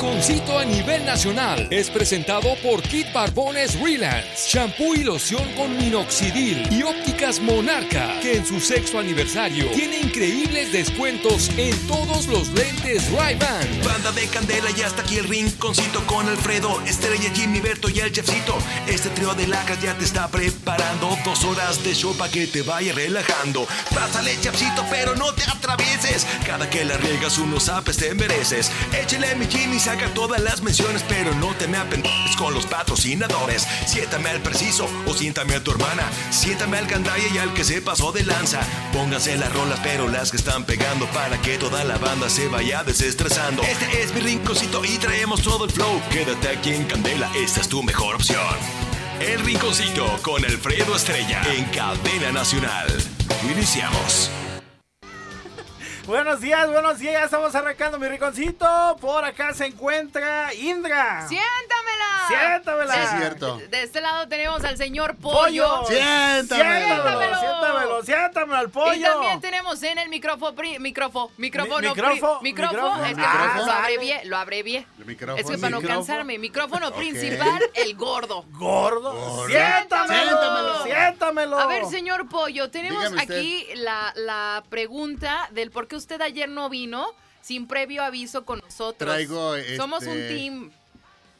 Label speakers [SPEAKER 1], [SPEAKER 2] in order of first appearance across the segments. [SPEAKER 1] Jaloncito a nivel nacional es presentado por Kit Barbones Relance, shampoo y loción con minoxidil y ópticas Monarca, que en su sexto aniversario tiene increíbles descuentos en todos los lentes Ray-Ban.
[SPEAKER 2] Banda de candela y hasta aquí el rinconcito con Alfredo, Estrella, Jimmy, Berto y el chefcito. Este trío de lacras ya te está preparando dos horas de show para que te vaya relajando. Pásale, chefcito, pero no te atravieses. Cada que la riegas unos apes te mereces. Échale mi Jimmy, saca todas las menciones, pero no te me apendejes con los patrocinadores. Siéntame al preciso o siéntame a tu hermana. Siéntame al candaya y al que se pasó de lanza. Pónganse las rolas, pero las que están pegando para que toda la banda se vaya desestresando. Este es mi rinconcito y traemos todo el flow. Quédate aquí en Candela, esta es tu mejor opción. El rinconcito con Alfredo Estrella en Cadena Nacional. Iniciamos.
[SPEAKER 3] Buenos días, buenos días, ya estamos arrancando mi rinconcito. Por acá se encuentra Indra.
[SPEAKER 4] ¡Siéntamela!
[SPEAKER 3] Siéntamela.
[SPEAKER 4] De-
[SPEAKER 3] Es
[SPEAKER 5] cierto.
[SPEAKER 4] De este lado tenemos al señor Pollo.
[SPEAKER 5] Siéntame.
[SPEAKER 3] Siéntamelo, siéntamelo, siéntamelo al pollo.
[SPEAKER 4] Y también tenemos en el micrófono, pri- micrófono, micrófono, pri-
[SPEAKER 3] micrófono,
[SPEAKER 4] micrófono,
[SPEAKER 3] micrófono.
[SPEAKER 4] es que
[SPEAKER 5] Ah,
[SPEAKER 4] lo
[SPEAKER 3] vale.
[SPEAKER 4] abrevié, lo abrevié.
[SPEAKER 5] El micrófono.
[SPEAKER 4] Es que para no
[SPEAKER 3] Micrófono.
[SPEAKER 4] cansarme, micrófono principal, el gordo.
[SPEAKER 3] Gordo.
[SPEAKER 5] Gordo.
[SPEAKER 3] Siéntamelo,
[SPEAKER 4] Siéntamelo.
[SPEAKER 3] siéntamelo.
[SPEAKER 4] A ver, señor Pollo, tenemos
[SPEAKER 5] Dígame usted.
[SPEAKER 4] aquí la, la pregunta del por qué usted ayer no vino sin previo aviso con nosotros.
[SPEAKER 5] Traigo,
[SPEAKER 4] Somos un
[SPEAKER 5] este,
[SPEAKER 4] team.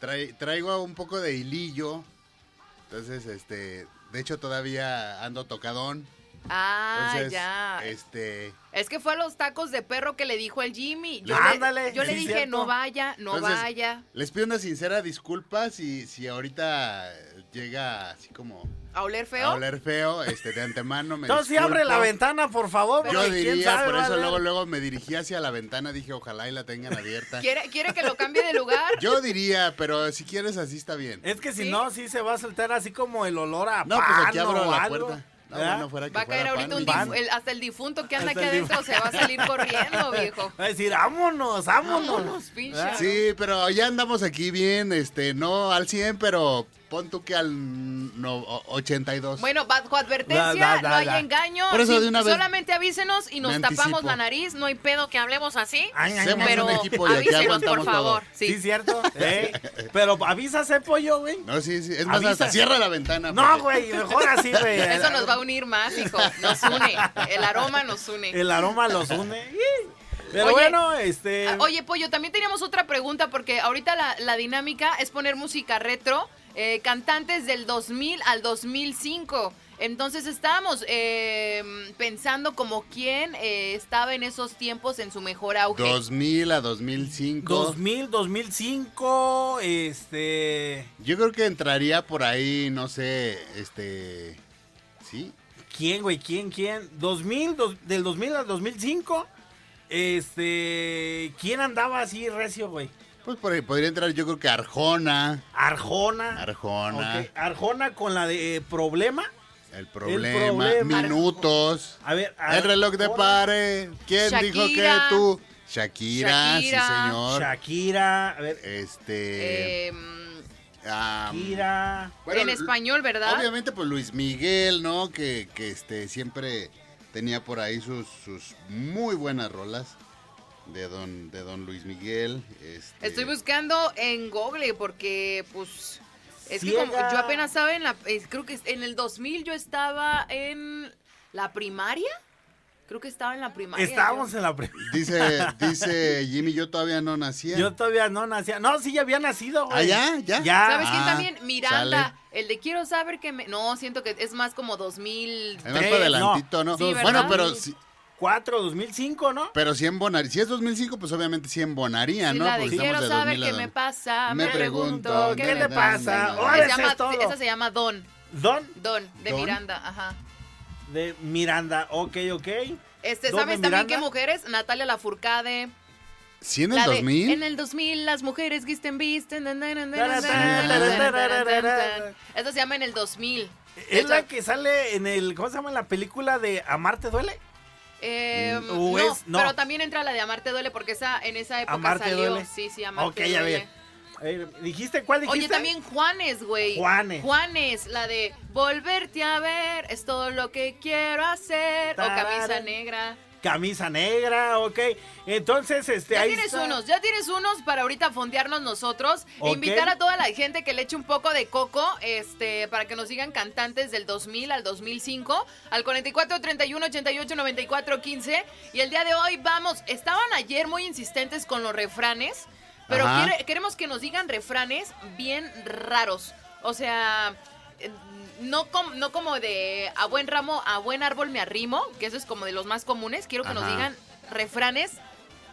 [SPEAKER 5] Trai- traigo un poco de hilillo. Entonces, este. De hecho, todavía ando tocadón.
[SPEAKER 4] Ah,
[SPEAKER 5] Entonces,
[SPEAKER 4] ya.
[SPEAKER 5] Este.
[SPEAKER 4] Es que fue a los tacos de perro que le dijo el Jimmy. Yo
[SPEAKER 3] Ándale,
[SPEAKER 4] le, yo le
[SPEAKER 3] sí,
[SPEAKER 4] dije,
[SPEAKER 3] cierto.
[SPEAKER 4] no vaya, no
[SPEAKER 5] entonces,
[SPEAKER 4] vaya.
[SPEAKER 5] Les pido una sincera disculpa si, si ahorita llega así como
[SPEAKER 4] ¿A oler feo?
[SPEAKER 5] a oler feo. Este, de antemano me.
[SPEAKER 3] Entonces sí,
[SPEAKER 5] disculpo.
[SPEAKER 3] abre la ventana, por favor.
[SPEAKER 5] Yo
[SPEAKER 3] porque quién
[SPEAKER 5] diría,
[SPEAKER 3] sabe,
[SPEAKER 5] por
[SPEAKER 3] va a
[SPEAKER 5] eso
[SPEAKER 3] ver.
[SPEAKER 5] luego, luego me dirigí hacia la ventana. Dije, ojalá y la tengan abierta.
[SPEAKER 4] ¿Quiere, ¿Quiere que lo cambie de lugar?
[SPEAKER 5] Yo diría, pero si quieres, así está bien.
[SPEAKER 3] Es que si
[SPEAKER 4] Sí.
[SPEAKER 3] no, sí se va a soltar así como el olor a
[SPEAKER 5] No,
[SPEAKER 3] pan
[SPEAKER 5] pues aquí abro
[SPEAKER 3] o
[SPEAKER 5] la
[SPEAKER 3] algo,
[SPEAKER 5] puerta. No,
[SPEAKER 3] ¿verdad?
[SPEAKER 5] bueno, fuera que
[SPEAKER 4] va a caer
[SPEAKER 5] fuera
[SPEAKER 4] ahorita un
[SPEAKER 5] pan,
[SPEAKER 4] difu- el- hasta el difunto que anda
[SPEAKER 3] Hasta
[SPEAKER 4] aquí
[SPEAKER 3] el difu-
[SPEAKER 4] adentro se va a salir corriendo, viejo.
[SPEAKER 3] Va a decir, vámonos, vámonos.
[SPEAKER 4] Vámonos, pinche.
[SPEAKER 3] ¿verdad?
[SPEAKER 5] Ah, Sí, pero ya andamos aquí bien, este, no al 100, pero pon tú que al no, o- 82.
[SPEAKER 4] Bueno, bajo advertencia,
[SPEAKER 3] Da, da, da,
[SPEAKER 4] no hay
[SPEAKER 3] da.
[SPEAKER 4] engaño.
[SPEAKER 5] Por eso
[SPEAKER 4] sí,
[SPEAKER 5] de una vez
[SPEAKER 4] Solamente avísenos y nos
[SPEAKER 5] me
[SPEAKER 4] tapamos
[SPEAKER 5] anticipo.
[SPEAKER 4] la nariz. No hay pedo que hablemos así.
[SPEAKER 3] Ay, ay,
[SPEAKER 5] Hacemos
[SPEAKER 3] ay,
[SPEAKER 4] pero
[SPEAKER 5] un equipo y aquí
[SPEAKER 4] avísenos,
[SPEAKER 5] aguantamos
[SPEAKER 4] por favor.
[SPEAKER 5] todo.
[SPEAKER 3] Sí,
[SPEAKER 4] Sí.
[SPEAKER 3] cierto. ¿eh? Pero avísase, pollo, güey.
[SPEAKER 5] No, sí, sí, es más,
[SPEAKER 3] Avisa.
[SPEAKER 5] hasta cierra la ventana.
[SPEAKER 3] No,
[SPEAKER 5] porque-
[SPEAKER 3] güey, mejor así, güey.
[SPEAKER 4] Eso nos va a unir más, hijo. Nos une. El aroma nos une.
[SPEAKER 3] El aroma los une. Pero
[SPEAKER 4] Oye,
[SPEAKER 3] bueno, este.
[SPEAKER 5] Eh.
[SPEAKER 4] Ah, Oye, Pollo, también teníamos otra pregunta porque ahorita la, la dinámica es poner música retro, eh, cantantes del 2000 al 2005. Entonces estábamos eh, pensando como quién eh, estaba en esos tiempos en su mejor auge.
[SPEAKER 5] 2000 a 2005.
[SPEAKER 3] 2000, 2005, este.
[SPEAKER 5] Yo creo que entraría por ahí, no sé, este, sí,
[SPEAKER 3] ¿Quién, güey? ¿Quién, quién? 2000, dos- del 2000 al 2005. Este. ¿Quién andaba así recio, güey?
[SPEAKER 5] pues por ahí podría entrar yo creo que Arjona,
[SPEAKER 3] Arjona.
[SPEAKER 5] Arjona,
[SPEAKER 3] Ok, Arjona con la de eh, Problema.
[SPEAKER 5] el, problema,
[SPEAKER 3] Problema.
[SPEAKER 5] Minutos,
[SPEAKER 3] A ver.
[SPEAKER 5] El reloj de
[SPEAKER 3] Arjona,
[SPEAKER 5] pared, ¿quién dijo que
[SPEAKER 4] Shakira.
[SPEAKER 5] tú? Shakira,
[SPEAKER 4] Shakira.
[SPEAKER 5] sí señor.
[SPEAKER 3] Shakira. A ver.
[SPEAKER 5] Este.
[SPEAKER 4] Eh,
[SPEAKER 5] am,
[SPEAKER 3] Shakira.
[SPEAKER 5] bueno,
[SPEAKER 4] en
[SPEAKER 5] l-
[SPEAKER 4] español, ¿verdad?
[SPEAKER 5] Obviamente, pues Luis Miguel, ¿no? Que, que este, siempre tenía por ahí sus, sus muy buenas rolas de don, de don Luis Miguel. este,
[SPEAKER 4] Estoy buscando en Google porque, pues, es que como
[SPEAKER 3] Ciega.
[SPEAKER 4] yo apenas estaba en la, eh, creo que en el 2000 yo estaba en la primaria. Creo que estaba en la primaria.
[SPEAKER 3] Estábamos
[SPEAKER 4] yo.
[SPEAKER 3] en la primera.
[SPEAKER 5] Dice, dice Jimmy, yo todavía no nacía.
[SPEAKER 3] Yo todavía no nacía. No, sí, ya había nacido, güey.
[SPEAKER 5] ¿Ah, ya? ¿Ya?
[SPEAKER 3] Ya.
[SPEAKER 4] ¿Sabes
[SPEAKER 5] Ah,
[SPEAKER 4] quién también? Miranda.
[SPEAKER 5] sale.
[SPEAKER 4] El de quiero saber que me... No, siento que es más como 2000...
[SPEAKER 5] Es más
[SPEAKER 3] Tres,
[SPEAKER 5] para adelantito,
[SPEAKER 4] no.
[SPEAKER 5] ¿no?
[SPEAKER 4] Sí, ¿verdad?
[SPEAKER 5] bueno, pero si,
[SPEAKER 3] 4, 2005, ¿no?
[SPEAKER 5] pero si embonaría. Si es 2005, pues obviamente sí embonaría,
[SPEAKER 4] Sí,
[SPEAKER 5] ¿no?
[SPEAKER 4] la de
[SPEAKER 5] Porque
[SPEAKER 4] quiero
[SPEAKER 5] estamos de
[SPEAKER 4] saber
[SPEAKER 5] 2000 a
[SPEAKER 4] qué me
[SPEAKER 5] 2000.
[SPEAKER 4] pasa, me,
[SPEAKER 5] Me
[SPEAKER 4] pregunto,
[SPEAKER 5] pregunto,
[SPEAKER 4] ¿qué
[SPEAKER 5] ¿qué
[SPEAKER 4] me
[SPEAKER 5] le
[SPEAKER 4] pasa?
[SPEAKER 3] pasa?
[SPEAKER 5] Se
[SPEAKER 3] Ahora
[SPEAKER 4] Se
[SPEAKER 3] eso
[SPEAKER 4] llama-
[SPEAKER 3] es todo.
[SPEAKER 4] esa se llama Don,
[SPEAKER 3] Don
[SPEAKER 4] Don, de
[SPEAKER 5] ¿Don?
[SPEAKER 4] Miranda, ajá.
[SPEAKER 3] de Miranda. Ok, ok. ¿Don
[SPEAKER 4] Este,
[SPEAKER 3] de
[SPEAKER 4] ¿sabes también
[SPEAKER 3] Miranda?
[SPEAKER 4] qué mujeres? Natalia Lafourcade.
[SPEAKER 5] ¿Sí en el
[SPEAKER 4] La de,
[SPEAKER 5] 2000?
[SPEAKER 4] En el 2000 las mujeres visten visten. na, na, na, na, na, na, na, na, na, na, na.
[SPEAKER 3] Tararararararara.
[SPEAKER 4] Eso se llama en el 2000.
[SPEAKER 3] Es la que sale en el. ¿Cómo se llama la película de Amarte Duele?
[SPEAKER 4] Eh,
[SPEAKER 3] O
[SPEAKER 4] no,
[SPEAKER 3] Mm, uh, es- no.
[SPEAKER 4] pero también entra la de Amarte Duele porque esa en esa época
[SPEAKER 3] Amarte
[SPEAKER 4] salió.
[SPEAKER 3] Duele.
[SPEAKER 4] Sí, sí, Amarte
[SPEAKER 3] ok, a
[SPEAKER 4] Duele.
[SPEAKER 3] ver. A ver, ¿Dijiste cuál dijiste?
[SPEAKER 4] Oye, también Juanes, güey.
[SPEAKER 3] Juanes.
[SPEAKER 4] Juanes, la de volverte a ver es todo lo que quiero hacer. O camisa
[SPEAKER 3] Tarara.
[SPEAKER 4] negra.
[SPEAKER 3] camisa negra, ok. Entonces, este,
[SPEAKER 4] Ya
[SPEAKER 3] ahí
[SPEAKER 4] tienes
[SPEAKER 3] está.
[SPEAKER 4] unos, ya tienes unos para ahorita fondearnos nosotros
[SPEAKER 3] Ok.
[SPEAKER 4] e invitar a toda la gente que le eche un poco de coco, este, para que nos sigan cantantes del 2000 al 2005, al 44 31 88 94 15 y el día de hoy vamos, estaban ayer muy insistentes con los refranes, pero
[SPEAKER 5] Ajá.
[SPEAKER 4] quiere- queremos que nos digan refranes bien raros, o sea, eh, no, com- no como de a buen ramo, a buen árbol me arrimo, que eso es como de los más comunes, quiero que nos
[SPEAKER 5] Ajá.
[SPEAKER 4] digan refranes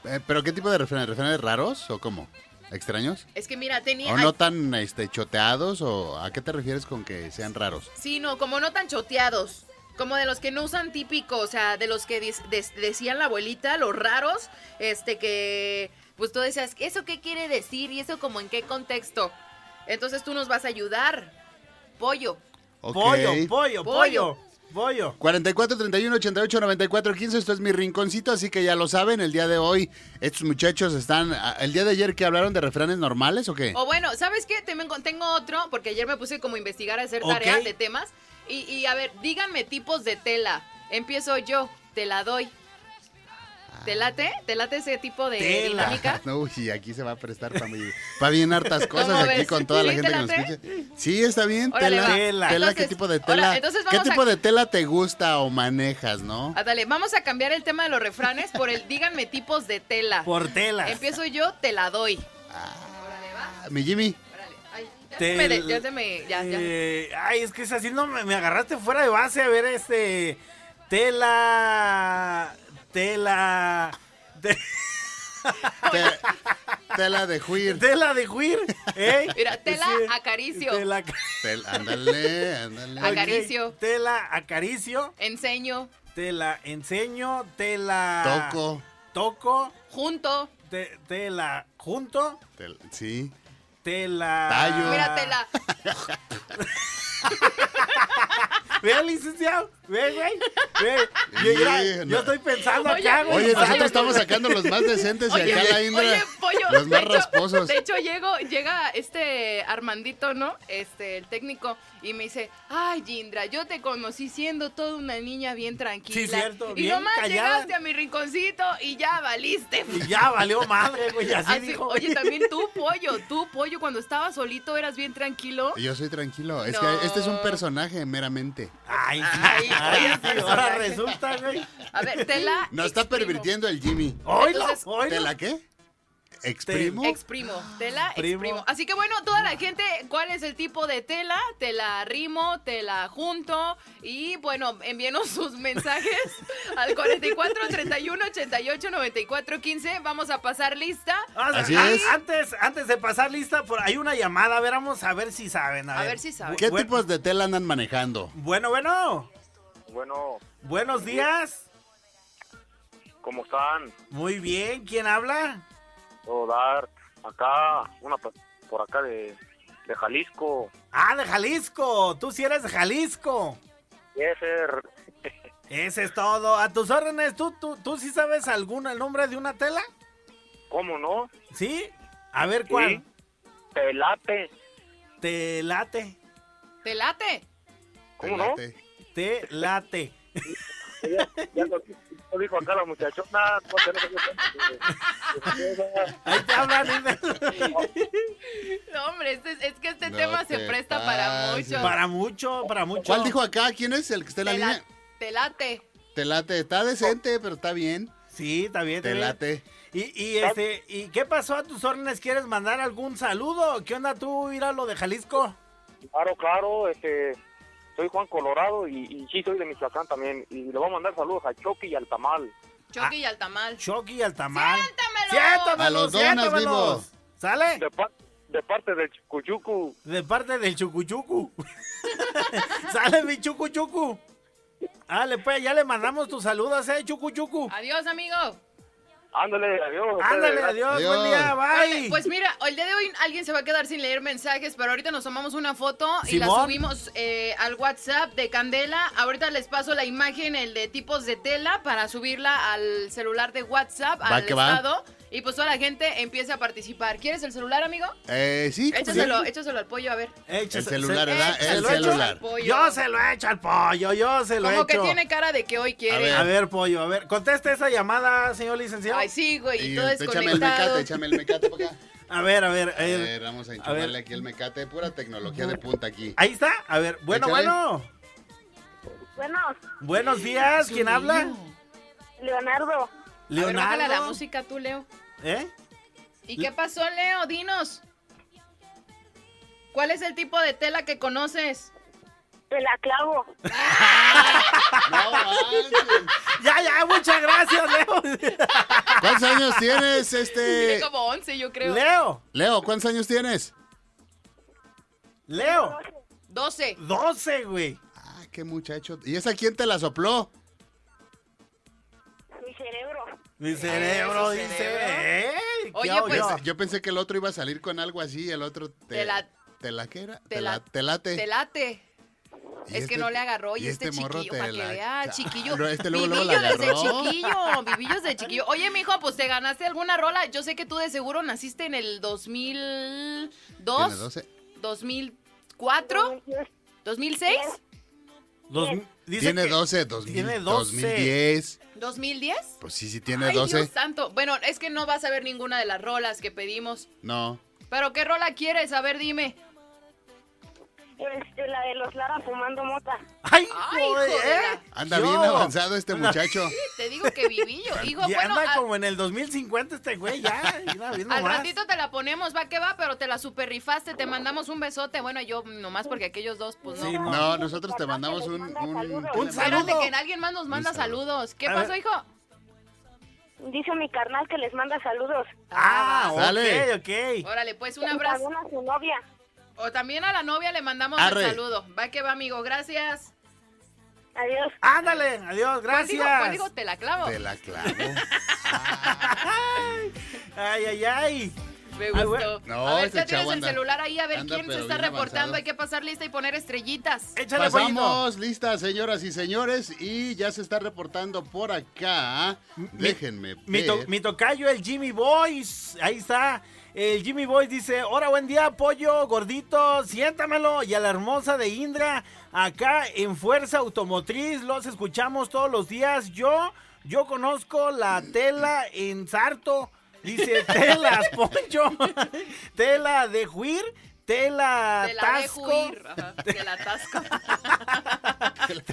[SPEAKER 5] Eh, ¿Pero qué tipo de refranes? ¿Refranes raros o cómo? ¿Extraños?
[SPEAKER 4] Es que mira, tenía.
[SPEAKER 5] ¿O no
[SPEAKER 4] ay,
[SPEAKER 5] tan este, choteados? ¿O a qué te refieres con que sean raros?
[SPEAKER 4] sí, no, como no tan choteados. Como de los que no usan típico, o sea, de los que dis- des- decían la abuelita, los raros, este que. Pues tú decías, ¿eso qué quiere decir? ¿Y eso como en qué contexto? Entonces tú nos vas a ayudar. Pollo.
[SPEAKER 5] Ok.
[SPEAKER 3] Pollo, pollo,
[SPEAKER 4] Pollo.
[SPEAKER 3] pollo, pollo.
[SPEAKER 5] 44 31 88 94 15 esto es mi rinconcito, así que ya lo saben, el día de hoy estos muchachos están a- el día de ayer que hablaron de refranes normales o qué?
[SPEAKER 4] O bueno, ¿sabes qué? También con- tengo otro, porque ayer me puse como a investigar, a hacer
[SPEAKER 3] Ok.
[SPEAKER 4] tareas de temas. Y, y a ver, díganme tipos de tela. Empiezo yo, te la doy. ¿Te late? ¿Te late ese tipo de
[SPEAKER 3] Tela.
[SPEAKER 4] dinámica?
[SPEAKER 5] No, uy, aquí se va a prestar para bien hartas
[SPEAKER 4] ¿Cómo
[SPEAKER 5] cosas aquí
[SPEAKER 4] ves?
[SPEAKER 5] con toda la
[SPEAKER 4] ¿Sí,
[SPEAKER 5] gente
[SPEAKER 4] te
[SPEAKER 5] que nos
[SPEAKER 4] late?
[SPEAKER 5] escucha. Sí, está bien,
[SPEAKER 4] Órale,
[SPEAKER 5] tela.
[SPEAKER 4] va.
[SPEAKER 5] Tela, ¿qué
[SPEAKER 4] Entonces,
[SPEAKER 5] tipo de
[SPEAKER 4] ahora,
[SPEAKER 5] tela?
[SPEAKER 4] entonces
[SPEAKER 5] ¿Qué
[SPEAKER 4] vamos a-
[SPEAKER 5] tipo de tela te gusta o manejas, no?
[SPEAKER 4] Ándale, Ah, vamos a cambiar el tema de los refranes por el díganme tipos de tela.
[SPEAKER 3] Por telas.
[SPEAKER 4] Empiezo yo, te la doy. Ah,
[SPEAKER 5] Mi Jimmy,
[SPEAKER 4] Órale. Ay, ya
[SPEAKER 3] Te-
[SPEAKER 4] se me, de- ya se me- ya, ya.
[SPEAKER 3] Eh, ay, es que es así, no, me, me agarraste fuera de base. A ver, este. Tela. Tela. te-
[SPEAKER 5] te- tela de juir.
[SPEAKER 3] tela de juir, ¿eh?
[SPEAKER 4] Mira, tela
[SPEAKER 3] Sí,
[SPEAKER 4] acaricio.
[SPEAKER 3] Tela ac-
[SPEAKER 5] Tel- Ándale, ándale.
[SPEAKER 4] Acá- Acaricio.
[SPEAKER 3] Ok, Tela acaricio.
[SPEAKER 4] Enseño,
[SPEAKER 3] Tela enseño. Tela.
[SPEAKER 5] Toco.
[SPEAKER 3] Toco.
[SPEAKER 4] junto.
[SPEAKER 3] te- tela junto.
[SPEAKER 5] Tel- sí.
[SPEAKER 3] Tela.
[SPEAKER 5] Tallo.
[SPEAKER 4] Mira, tela.
[SPEAKER 3] Ve, licenciado. Ve, güey. Ve. Yo,
[SPEAKER 5] Sí,
[SPEAKER 3] mira,
[SPEAKER 5] no.
[SPEAKER 3] yo estoy pensando
[SPEAKER 4] Oye,
[SPEAKER 3] acá, güey.
[SPEAKER 5] Oye, nosotros
[SPEAKER 3] Ay,
[SPEAKER 5] estamos sacando los más decentes y
[SPEAKER 4] Oye,
[SPEAKER 5] acá la Indra,
[SPEAKER 4] oye, pollo.
[SPEAKER 5] los más
[SPEAKER 4] de, hecho,
[SPEAKER 5] rasposos.
[SPEAKER 4] de hecho, llego, llega este Armandito, ¿no? Este, el técnico, y me dice, ay, Gindra, yo te conocí siendo toda una niña bien tranquila.
[SPEAKER 3] Sí, cierto,
[SPEAKER 4] y
[SPEAKER 3] bien
[SPEAKER 4] nomás
[SPEAKER 3] callada.
[SPEAKER 4] llegaste a mi rinconcito y ya valiste.
[SPEAKER 3] Y ya valió madre, güey. Así,
[SPEAKER 4] Así,
[SPEAKER 3] dijo.
[SPEAKER 4] Ah, oye,
[SPEAKER 3] güey.
[SPEAKER 4] también tú, pollo, tú, pollo, cuando estabas solito eras bien tranquilo.
[SPEAKER 5] Yo soy tranquilo. Es
[SPEAKER 4] No.
[SPEAKER 5] que este es un personaje meramente.
[SPEAKER 3] Ay,
[SPEAKER 4] Ay,
[SPEAKER 3] ay,
[SPEAKER 4] oye,
[SPEAKER 3] sí, ahora
[SPEAKER 4] personaje.
[SPEAKER 3] resulta, güey.
[SPEAKER 4] A ver, tela.
[SPEAKER 5] Nos está
[SPEAKER 4] exprimo.
[SPEAKER 5] pervirtiendo el Jimmy.
[SPEAKER 3] Oilo,
[SPEAKER 4] Entonces,
[SPEAKER 3] oilo.
[SPEAKER 5] ¿Tela qué? ¿Exprimo?
[SPEAKER 4] Exprimo, tela,
[SPEAKER 3] Primo.
[SPEAKER 4] exprimo. Así que bueno, toda la gente, ¿cuál es el tipo de tela? Te la rimo, te la junto. Y bueno, envíenos sus mensajes al 44 31 88 94 15. Vamos a pasar lista.
[SPEAKER 3] Ah,
[SPEAKER 5] Así
[SPEAKER 3] ah,
[SPEAKER 5] es.
[SPEAKER 3] Antes, antes de pasar lista, por, hay una llamada. A ver, vamos a ver si saben. A,
[SPEAKER 4] A ver si saben.
[SPEAKER 5] ¿Qué
[SPEAKER 3] Bu-
[SPEAKER 5] tipos de tela andan manejando?
[SPEAKER 3] Bueno, bueno.
[SPEAKER 6] Bueno,
[SPEAKER 3] Buenos días.
[SPEAKER 6] ¿cómo están?
[SPEAKER 3] Muy bien. ¿Quién habla?
[SPEAKER 6] Puedo dar acá, una pa- por acá de, de Jalisco.
[SPEAKER 3] Ah, de Jalisco. Tú sí eres de Jalisco.
[SPEAKER 6] Ese, r-
[SPEAKER 3] Ese es todo. A tus órdenes, ¿tú, tú, tú sí sabes alguna, el nombre de una tela?
[SPEAKER 6] ¿cómo no?
[SPEAKER 3] ¿Sí? A ver cuál.
[SPEAKER 6] Pelate,
[SPEAKER 3] Te late.
[SPEAKER 4] ¿Te late?
[SPEAKER 6] ¿cómo no?
[SPEAKER 5] Telate.
[SPEAKER 3] Te late.
[SPEAKER 6] Ya, ya lo, lo dijo acá la muchachona. no sé, no sé, no sé, no sé.
[SPEAKER 3] Ahí te hablan.
[SPEAKER 4] No, hombre, este es, es que este
[SPEAKER 5] No
[SPEAKER 4] tema se
[SPEAKER 5] te
[SPEAKER 4] presta para
[SPEAKER 5] pases.
[SPEAKER 4] mucho.
[SPEAKER 3] para mucho, para mucho.
[SPEAKER 5] ¿Cuál dijo acá? ¿Quién es el que está en la
[SPEAKER 4] Te la-
[SPEAKER 5] línea?
[SPEAKER 4] te late.
[SPEAKER 5] Telate. Está decente, pero está bien.
[SPEAKER 3] Sí, está bien. está bien.
[SPEAKER 5] Telate.
[SPEAKER 3] Y, y este, ¿y qué pasó a tus órdenes? ¿Quieres mandar algún saludo? ¿Qué onda tú ir a lo de Jalisco?
[SPEAKER 6] Claro, claro, este, soy Juan Colorado y, y sí soy de Michoacán también. Y le voy a mandar saludos a Choqui y al Tamal.
[SPEAKER 4] Choque
[SPEAKER 5] Ah.
[SPEAKER 4] y al tamal.
[SPEAKER 3] Choqui al tamal.
[SPEAKER 4] ¡Siéntamelo!
[SPEAKER 5] A los donas, vivo.
[SPEAKER 3] ¿Sale?
[SPEAKER 6] De, par- de parte del Cuyucu.
[SPEAKER 3] De parte del chucuchucu. Sale mi chucuchucu. Dale, pues, ya le mandamos tus saludos, eh, chucuchucu.
[SPEAKER 4] Adiós, amigo.
[SPEAKER 6] Ándale, adiós. ustedes.
[SPEAKER 3] Ándale, adiós,
[SPEAKER 5] Adiós.
[SPEAKER 3] buen día,
[SPEAKER 4] Órale,
[SPEAKER 3] bye.
[SPEAKER 4] Pues mira, el día de hoy alguien se va a quedar sin leer mensajes, pero ahorita nos tomamos una foto y la
[SPEAKER 3] Simón.
[SPEAKER 4] subimos eh, al WhatsApp de Candela. Ahorita les paso la imagen, el de tipos de tela, para subirla al celular de WhatsApp,
[SPEAKER 5] Va
[SPEAKER 4] al
[SPEAKER 5] que va.
[SPEAKER 4] estado. Y pues toda la gente empieza a participar. ¿Quieres el celular, amigo?
[SPEAKER 5] Eh, sí, ¿cómo
[SPEAKER 4] Échaselo,
[SPEAKER 5] sí?
[SPEAKER 4] échaselo al pollo, a ver.
[SPEAKER 5] El celular, ¿verdad?
[SPEAKER 4] Échaselo
[SPEAKER 5] El
[SPEAKER 4] al
[SPEAKER 5] celular.
[SPEAKER 4] pollo.
[SPEAKER 3] Yo se lo he hecho al pollo, yo se lo he hecho.
[SPEAKER 4] Como que tiene cara de que hoy quiere.
[SPEAKER 5] ver.
[SPEAKER 3] A ver, pollo, a ver. Conteste esa llamada, señor licenciado.
[SPEAKER 4] Ay, sí, güey, y
[SPEAKER 5] Y
[SPEAKER 4] todo
[SPEAKER 5] el- échame el
[SPEAKER 4] desconectado.
[SPEAKER 5] mecate, échame el mecate para acá.
[SPEAKER 3] A ver, a ver. a
[SPEAKER 5] A
[SPEAKER 3] ver.
[SPEAKER 5] ver, vamos a
[SPEAKER 3] ver.
[SPEAKER 5] enchufarle aquí el mecate. Pura tecnología de punta aquí.
[SPEAKER 3] Ahí está. A ver, bueno,
[SPEAKER 5] Échale.
[SPEAKER 3] bueno.
[SPEAKER 7] Bueno,
[SPEAKER 3] Buenos días, ¿quién habla?
[SPEAKER 7] Leonardo,
[SPEAKER 4] A ver,
[SPEAKER 3] Leonardo.
[SPEAKER 4] bájale la música tú, Leo.
[SPEAKER 3] ¿Eh?
[SPEAKER 4] ¿Y qué pasó, Leo? Dinos. ¿Cuál es el tipo de tela que conoces?
[SPEAKER 7] te la clavo.
[SPEAKER 5] No, manches.
[SPEAKER 3] Ya, ya, muchas gracias, Leo.
[SPEAKER 5] ¿Cuántos años tienes,
[SPEAKER 4] Tiene
[SPEAKER 5] este?
[SPEAKER 4] como 11, yo creo.
[SPEAKER 3] Leo,
[SPEAKER 5] Leo, ¿cuántos años tienes?
[SPEAKER 3] Leo.
[SPEAKER 4] 12.
[SPEAKER 3] 12, güey.
[SPEAKER 5] Ah, qué muchacho. ¿Y esa quién te la sopló?
[SPEAKER 7] Mi cerebro.
[SPEAKER 3] Mi cerebro
[SPEAKER 4] su
[SPEAKER 3] dice,
[SPEAKER 4] cerebro.
[SPEAKER 3] ¿eh? ¿Qué
[SPEAKER 4] Oye,
[SPEAKER 3] hago
[SPEAKER 4] pues,
[SPEAKER 3] yo?
[SPEAKER 5] Yo pensé que el otro iba a salir con algo así, el otro te,
[SPEAKER 4] Te la-
[SPEAKER 5] ¿Te la qué era?
[SPEAKER 4] te
[SPEAKER 5] Te la-
[SPEAKER 4] la-
[SPEAKER 5] te late.
[SPEAKER 4] Te late.
[SPEAKER 5] Y
[SPEAKER 4] Es que no le agarró. Y, este,
[SPEAKER 5] morro
[SPEAKER 4] chiquillo,
[SPEAKER 5] te
[SPEAKER 4] para que
[SPEAKER 5] la-
[SPEAKER 4] vea,
[SPEAKER 5] Cha-
[SPEAKER 4] chiquillo.
[SPEAKER 5] No, este luego, luego la
[SPEAKER 4] vivillo desde
[SPEAKER 5] agarró.
[SPEAKER 4] chiquillo. Vivillos de chiquillo. Oye, mijo, pues te ganaste alguna rola. Yo sé que tú de seguro naciste en el 2002,
[SPEAKER 5] Tiene 12.
[SPEAKER 4] 2004, 2006,
[SPEAKER 3] Dos- dice
[SPEAKER 5] Tiene
[SPEAKER 3] que-
[SPEAKER 5] 12, 2000,
[SPEAKER 3] tiene 12.
[SPEAKER 5] 2010.
[SPEAKER 4] 2010.
[SPEAKER 5] Pues sí, sí tiene
[SPEAKER 4] Ay,
[SPEAKER 5] 12.
[SPEAKER 4] Dios santo. Bueno, es que no vas a ver ninguna de las rolas que pedimos.
[SPEAKER 5] No.
[SPEAKER 4] Pero ¿qué rola quieres? A ver, dime.
[SPEAKER 7] Este, la de los Lara fumando mota.
[SPEAKER 3] Ay,
[SPEAKER 4] Ay,
[SPEAKER 3] joder,
[SPEAKER 4] joder.
[SPEAKER 3] ¿eh?
[SPEAKER 5] Anda
[SPEAKER 3] Yo.
[SPEAKER 5] bien avanzado este muchacho.
[SPEAKER 4] Te digo que vivillo. Hijo,
[SPEAKER 3] Ya
[SPEAKER 4] bueno,
[SPEAKER 3] anda
[SPEAKER 4] a-
[SPEAKER 3] como en el 2050 este güey, ya. mira, bien
[SPEAKER 4] al
[SPEAKER 3] nomás.
[SPEAKER 4] ratito te la ponemos, va que va, pero te la super rifaste. Te mandamos un besote. Bueno, yo nomás porque aquellos dos, pues no.
[SPEAKER 3] Sí, no.
[SPEAKER 5] No, nosotros te mandamos un... Un,
[SPEAKER 7] Un
[SPEAKER 4] Espérate
[SPEAKER 3] saludo.
[SPEAKER 4] que alguien más nos manda
[SPEAKER 5] Un saludo.
[SPEAKER 4] saludos. ¿Qué
[SPEAKER 3] A
[SPEAKER 4] pasó,
[SPEAKER 3] ver.
[SPEAKER 4] hijo?
[SPEAKER 7] Dice mi carnal que les manda saludos.
[SPEAKER 3] Ah, ok,
[SPEAKER 5] Dale.
[SPEAKER 3] ok.
[SPEAKER 4] Órale, pues un
[SPEAKER 7] Y
[SPEAKER 4] abrazo.
[SPEAKER 7] También a su novia.
[SPEAKER 4] O también a la novia le mandamos
[SPEAKER 5] Arre.
[SPEAKER 4] un saludo. Va que va, amigo. Gracias.
[SPEAKER 7] Adiós.
[SPEAKER 3] Ándale, adiós,
[SPEAKER 4] ¿Cuál
[SPEAKER 3] gracias.
[SPEAKER 4] dijo? ¿Cuál dijo? Te la clavo.
[SPEAKER 5] Te la clavo.
[SPEAKER 3] Ay, ay, ay.
[SPEAKER 4] Me
[SPEAKER 3] Ay,
[SPEAKER 4] gustó.
[SPEAKER 3] Ah, bueno.
[SPEAKER 5] No,
[SPEAKER 4] a ver,
[SPEAKER 5] este
[SPEAKER 4] ya tienes
[SPEAKER 5] chavo
[SPEAKER 4] el
[SPEAKER 5] anda-
[SPEAKER 4] celular ahí, a ver
[SPEAKER 5] anda,
[SPEAKER 4] quién se
[SPEAKER 5] pero
[SPEAKER 4] está
[SPEAKER 5] bien
[SPEAKER 4] reportando.
[SPEAKER 5] avanzado.
[SPEAKER 4] Hay que pasar lista y poner estrellitas.
[SPEAKER 3] Échale, pollito.
[SPEAKER 5] Pasamos, listas, señoras y señores. Y ya se está reportando por acá. Déjenme
[SPEAKER 3] Mi, to-
[SPEAKER 5] ver.
[SPEAKER 3] mi tocayo, el Jimmy Boys. Ahí está. El Jimmy Boys dice: Hola, buen día, pollo, gordito, siéntamelo. Y a la hermosa de Indra, acá en Fuerza Automotriz, los escuchamos todos los días. Yo, yo conozco la tela en Sarto. Dice: Telas, pollo. tela de juir, tela
[SPEAKER 4] Te la dejo
[SPEAKER 3] tasco.
[SPEAKER 4] ir. Ajá, Te la atasco.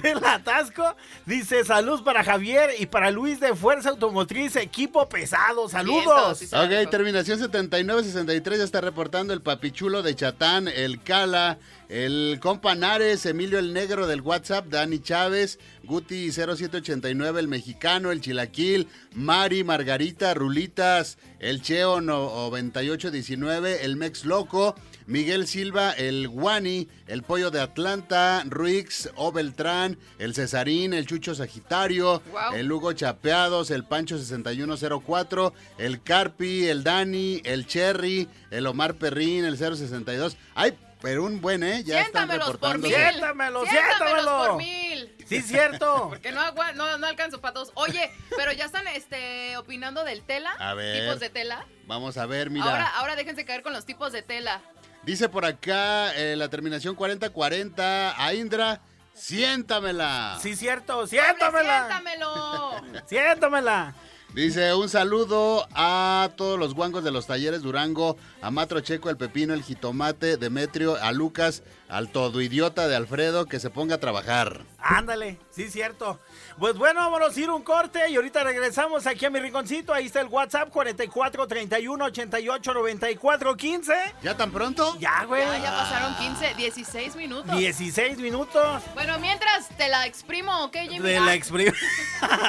[SPEAKER 3] Del atasco, dice salud para Javier y para Luis de Fuerza Automotriz, equipo pesado,
[SPEAKER 4] Vientos,
[SPEAKER 3] saludos.
[SPEAKER 4] sí, sabe,
[SPEAKER 5] Ok,
[SPEAKER 4] hijo.
[SPEAKER 5] terminación 7963 ya está reportando el papichulo de Chatán, el Cala, el Companares, Emilio el Negro del WhatsApp, Dani Chávez, Guti 0789 el Mexicano, el Chilaquil, Mari, Margarita, Rulitas, el Cheo no- 9819, el Mex Loco, Miguel Silva, el Guani, el Pollo de Atlanta, Ruix, O Beltrán, el Cesarín, el Chucho Sagitario,
[SPEAKER 4] Guau.
[SPEAKER 5] el Hugo Chapeados, el Pancho 6104, el Carpi, el Dani, el Cherry, el Omar Perrín, el 062. Ay, pero un buen, ¿eh? Ya están
[SPEAKER 4] Siéntamelos por
[SPEAKER 5] reportando.
[SPEAKER 4] mil.
[SPEAKER 3] Siéntamelo, siéntamelo.
[SPEAKER 4] por mil.
[SPEAKER 3] Sí, cierto.
[SPEAKER 4] Porque no, agua- no, no alcanzo para todos. Oye, pero ya están este, opinando del tela.
[SPEAKER 5] A ver.
[SPEAKER 4] Tipos de tela.
[SPEAKER 5] Vamos a ver, mira.
[SPEAKER 4] Ahora, ah. ahora déjense caer con los tipos de tela.
[SPEAKER 5] Dice por acá eh, la terminación 4040 a Indra, siéntamela.
[SPEAKER 3] Sí, cierto,
[SPEAKER 4] Siéntamela.
[SPEAKER 3] siéntamela. Siéntamela.
[SPEAKER 5] Dice un saludo a todos los guangos de los talleres Durango, a Matro Checo, el Pepino, el Jitomate, Demetrio, a Lucas, al todo idiota de Alfredo, que se ponga a trabajar.
[SPEAKER 3] Ándale, sí, cierto. Pues bueno, vámonos a ir un corte y ahorita regresamos aquí a mi rinconcito. Ahí está el WhatsApp 44 31 88 94 15.
[SPEAKER 5] ¿Ya tan pronto?
[SPEAKER 3] Ya, güey.
[SPEAKER 4] Ya, ya pasaron 15, 16 minutos.
[SPEAKER 3] 16 minutos
[SPEAKER 4] Bueno, mientras te la exprimo, ¿ok, Jimmy?
[SPEAKER 3] de
[SPEAKER 4] Ah,
[SPEAKER 3] la expresión.
[SPEAKER 4] Vámonos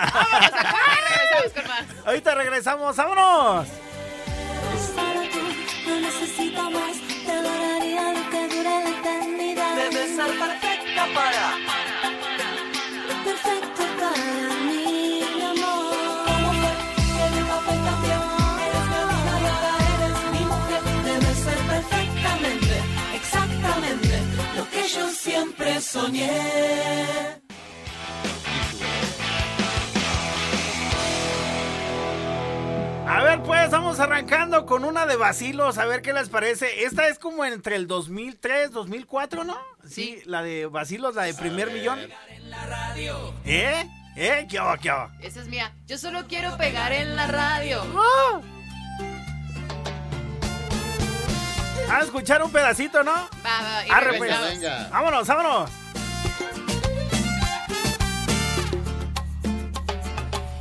[SPEAKER 4] acá y regresamos con más.
[SPEAKER 3] Ahorita regresamos, vámonos.
[SPEAKER 8] No necesito más, te lo daría lo que dura la eternidad. Debe ser perfecta para. Perfecto para mí, mi amor. ¿Cómo fue que mi papel cambió? Eres mi amor y ahora eres mi mujer. Debe ser perfectamente, exactamente lo que yo siempre soñé.
[SPEAKER 3] A ver, pues, vámonos Vamos arrancando con una de vacilos, a ver qué les parece. Esta es como entre el 2003, 2004, ¿no? Sí, la de vacilos, la de primer millón. ¿Eh? ¿Eh? ¿Qué hago, qué hago?
[SPEAKER 4] Esa es mía. Yo solo quiero pegar en la radio.
[SPEAKER 3] Uh. A escuchar un pedacito, ¿no?
[SPEAKER 4] Va, va, y
[SPEAKER 3] Arre, pues.
[SPEAKER 4] regresamos.
[SPEAKER 5] Venga.
[SPEAKER 3] Vámonos, vámonos.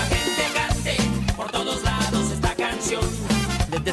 [SPEAKER 9] gente cante por todos lados esta canción. Desde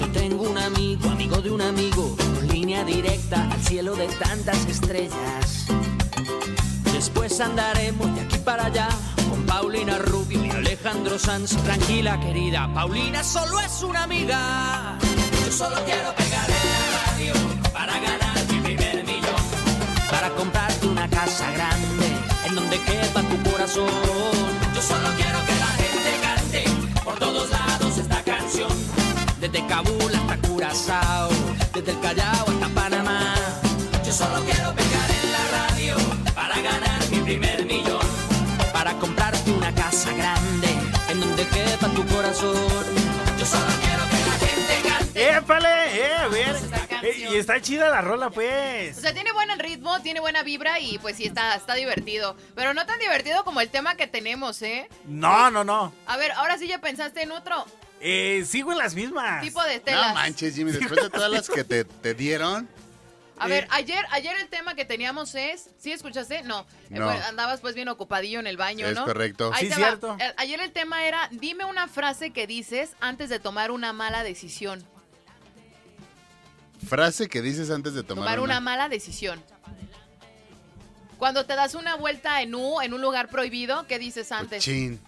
[SPEAKER 9] Yo tengo un amigo, amigo de un amigo, con línea directa al cielo de tantas estrellas. Después andaremos de aquí para allá con Paulina Rubio y Alejandro Sanz. Tranquila, querida, Paulina solo es una amiga. Yo solo quiero pegar en la radio para ganar mi primer millón. Para comprarte una casa grande en donde quepa tu corazón. Yo solo quiero que la gente cante por todos lados esta canción. Desde Kabul hasta Curazao, desde el Callao hasta Panamá. Yo solo quiero pegar en la radio para ganar mi primer millón. Para comprarte una casa grande en donde quepa tu corazón. Yo solo quiero que la gente cante.
[SPEAKER 3] ¡Épale! ¡Eh, a ver!
[SPEAKER 4] Esta
[SPEAKER 3] Eh,
[SPEAKER 4] canción.
[SPEAKER 3] y está chida la rola,
[SPEAKER 4] O
[SPEAKER 3] pues.
[SPEAKER 4] sea, tiene buen ritmo, tiene buena vibra y pues sí está, está divertido. Pero no tan divertido como el tema que tenemos, ¿eh?
[SPEAKER 3] No, no, no.
[SPEAKER 4] A ver, ahora sí ya pensaste en otro
[SPEAKER 3] Eh, sigo en las mismas.
[SPEAKER 4] tipo de telas.
[SPEAKER 5] Ah, No manches, Jimmy, después de todas las que te, te dieron,
[SPEAKER 4] A
[SPEAKER 5] Eh.
[SPEAKER 4] ver, ayer, ayer el tema que teníamos es. ¿Sí escuchaste? No. Eh,
[SPEAKER 5] No.
[SPEAKER 4] bueno, andabas pues bien ocupadillo en el baño,
[SPEAKER 5] Es
[SPEAKER 4] ¿no?
[SPEAKER 5] correcto.
[SPEAKER 4] Ahí
[SPEAKER 3] Sí,
[SPEAKER 4] te va.
[SPEAKER 3] cierto.
[SPEAKER 4] Eh, Ayer el tema era: dime una frase que dices antes de tomar una mala decisión.
[SPEAKER 5] frase que dices antes de tomar,
[SPEAKER 4] Tomar una mala decisión. Cuando te das una vuelta en U, en un lugar prohibido, ¿qué dices
[SPEAKER 5] Pues
[SPEAKER 4] antes?
[SPEAKER 5] Chin.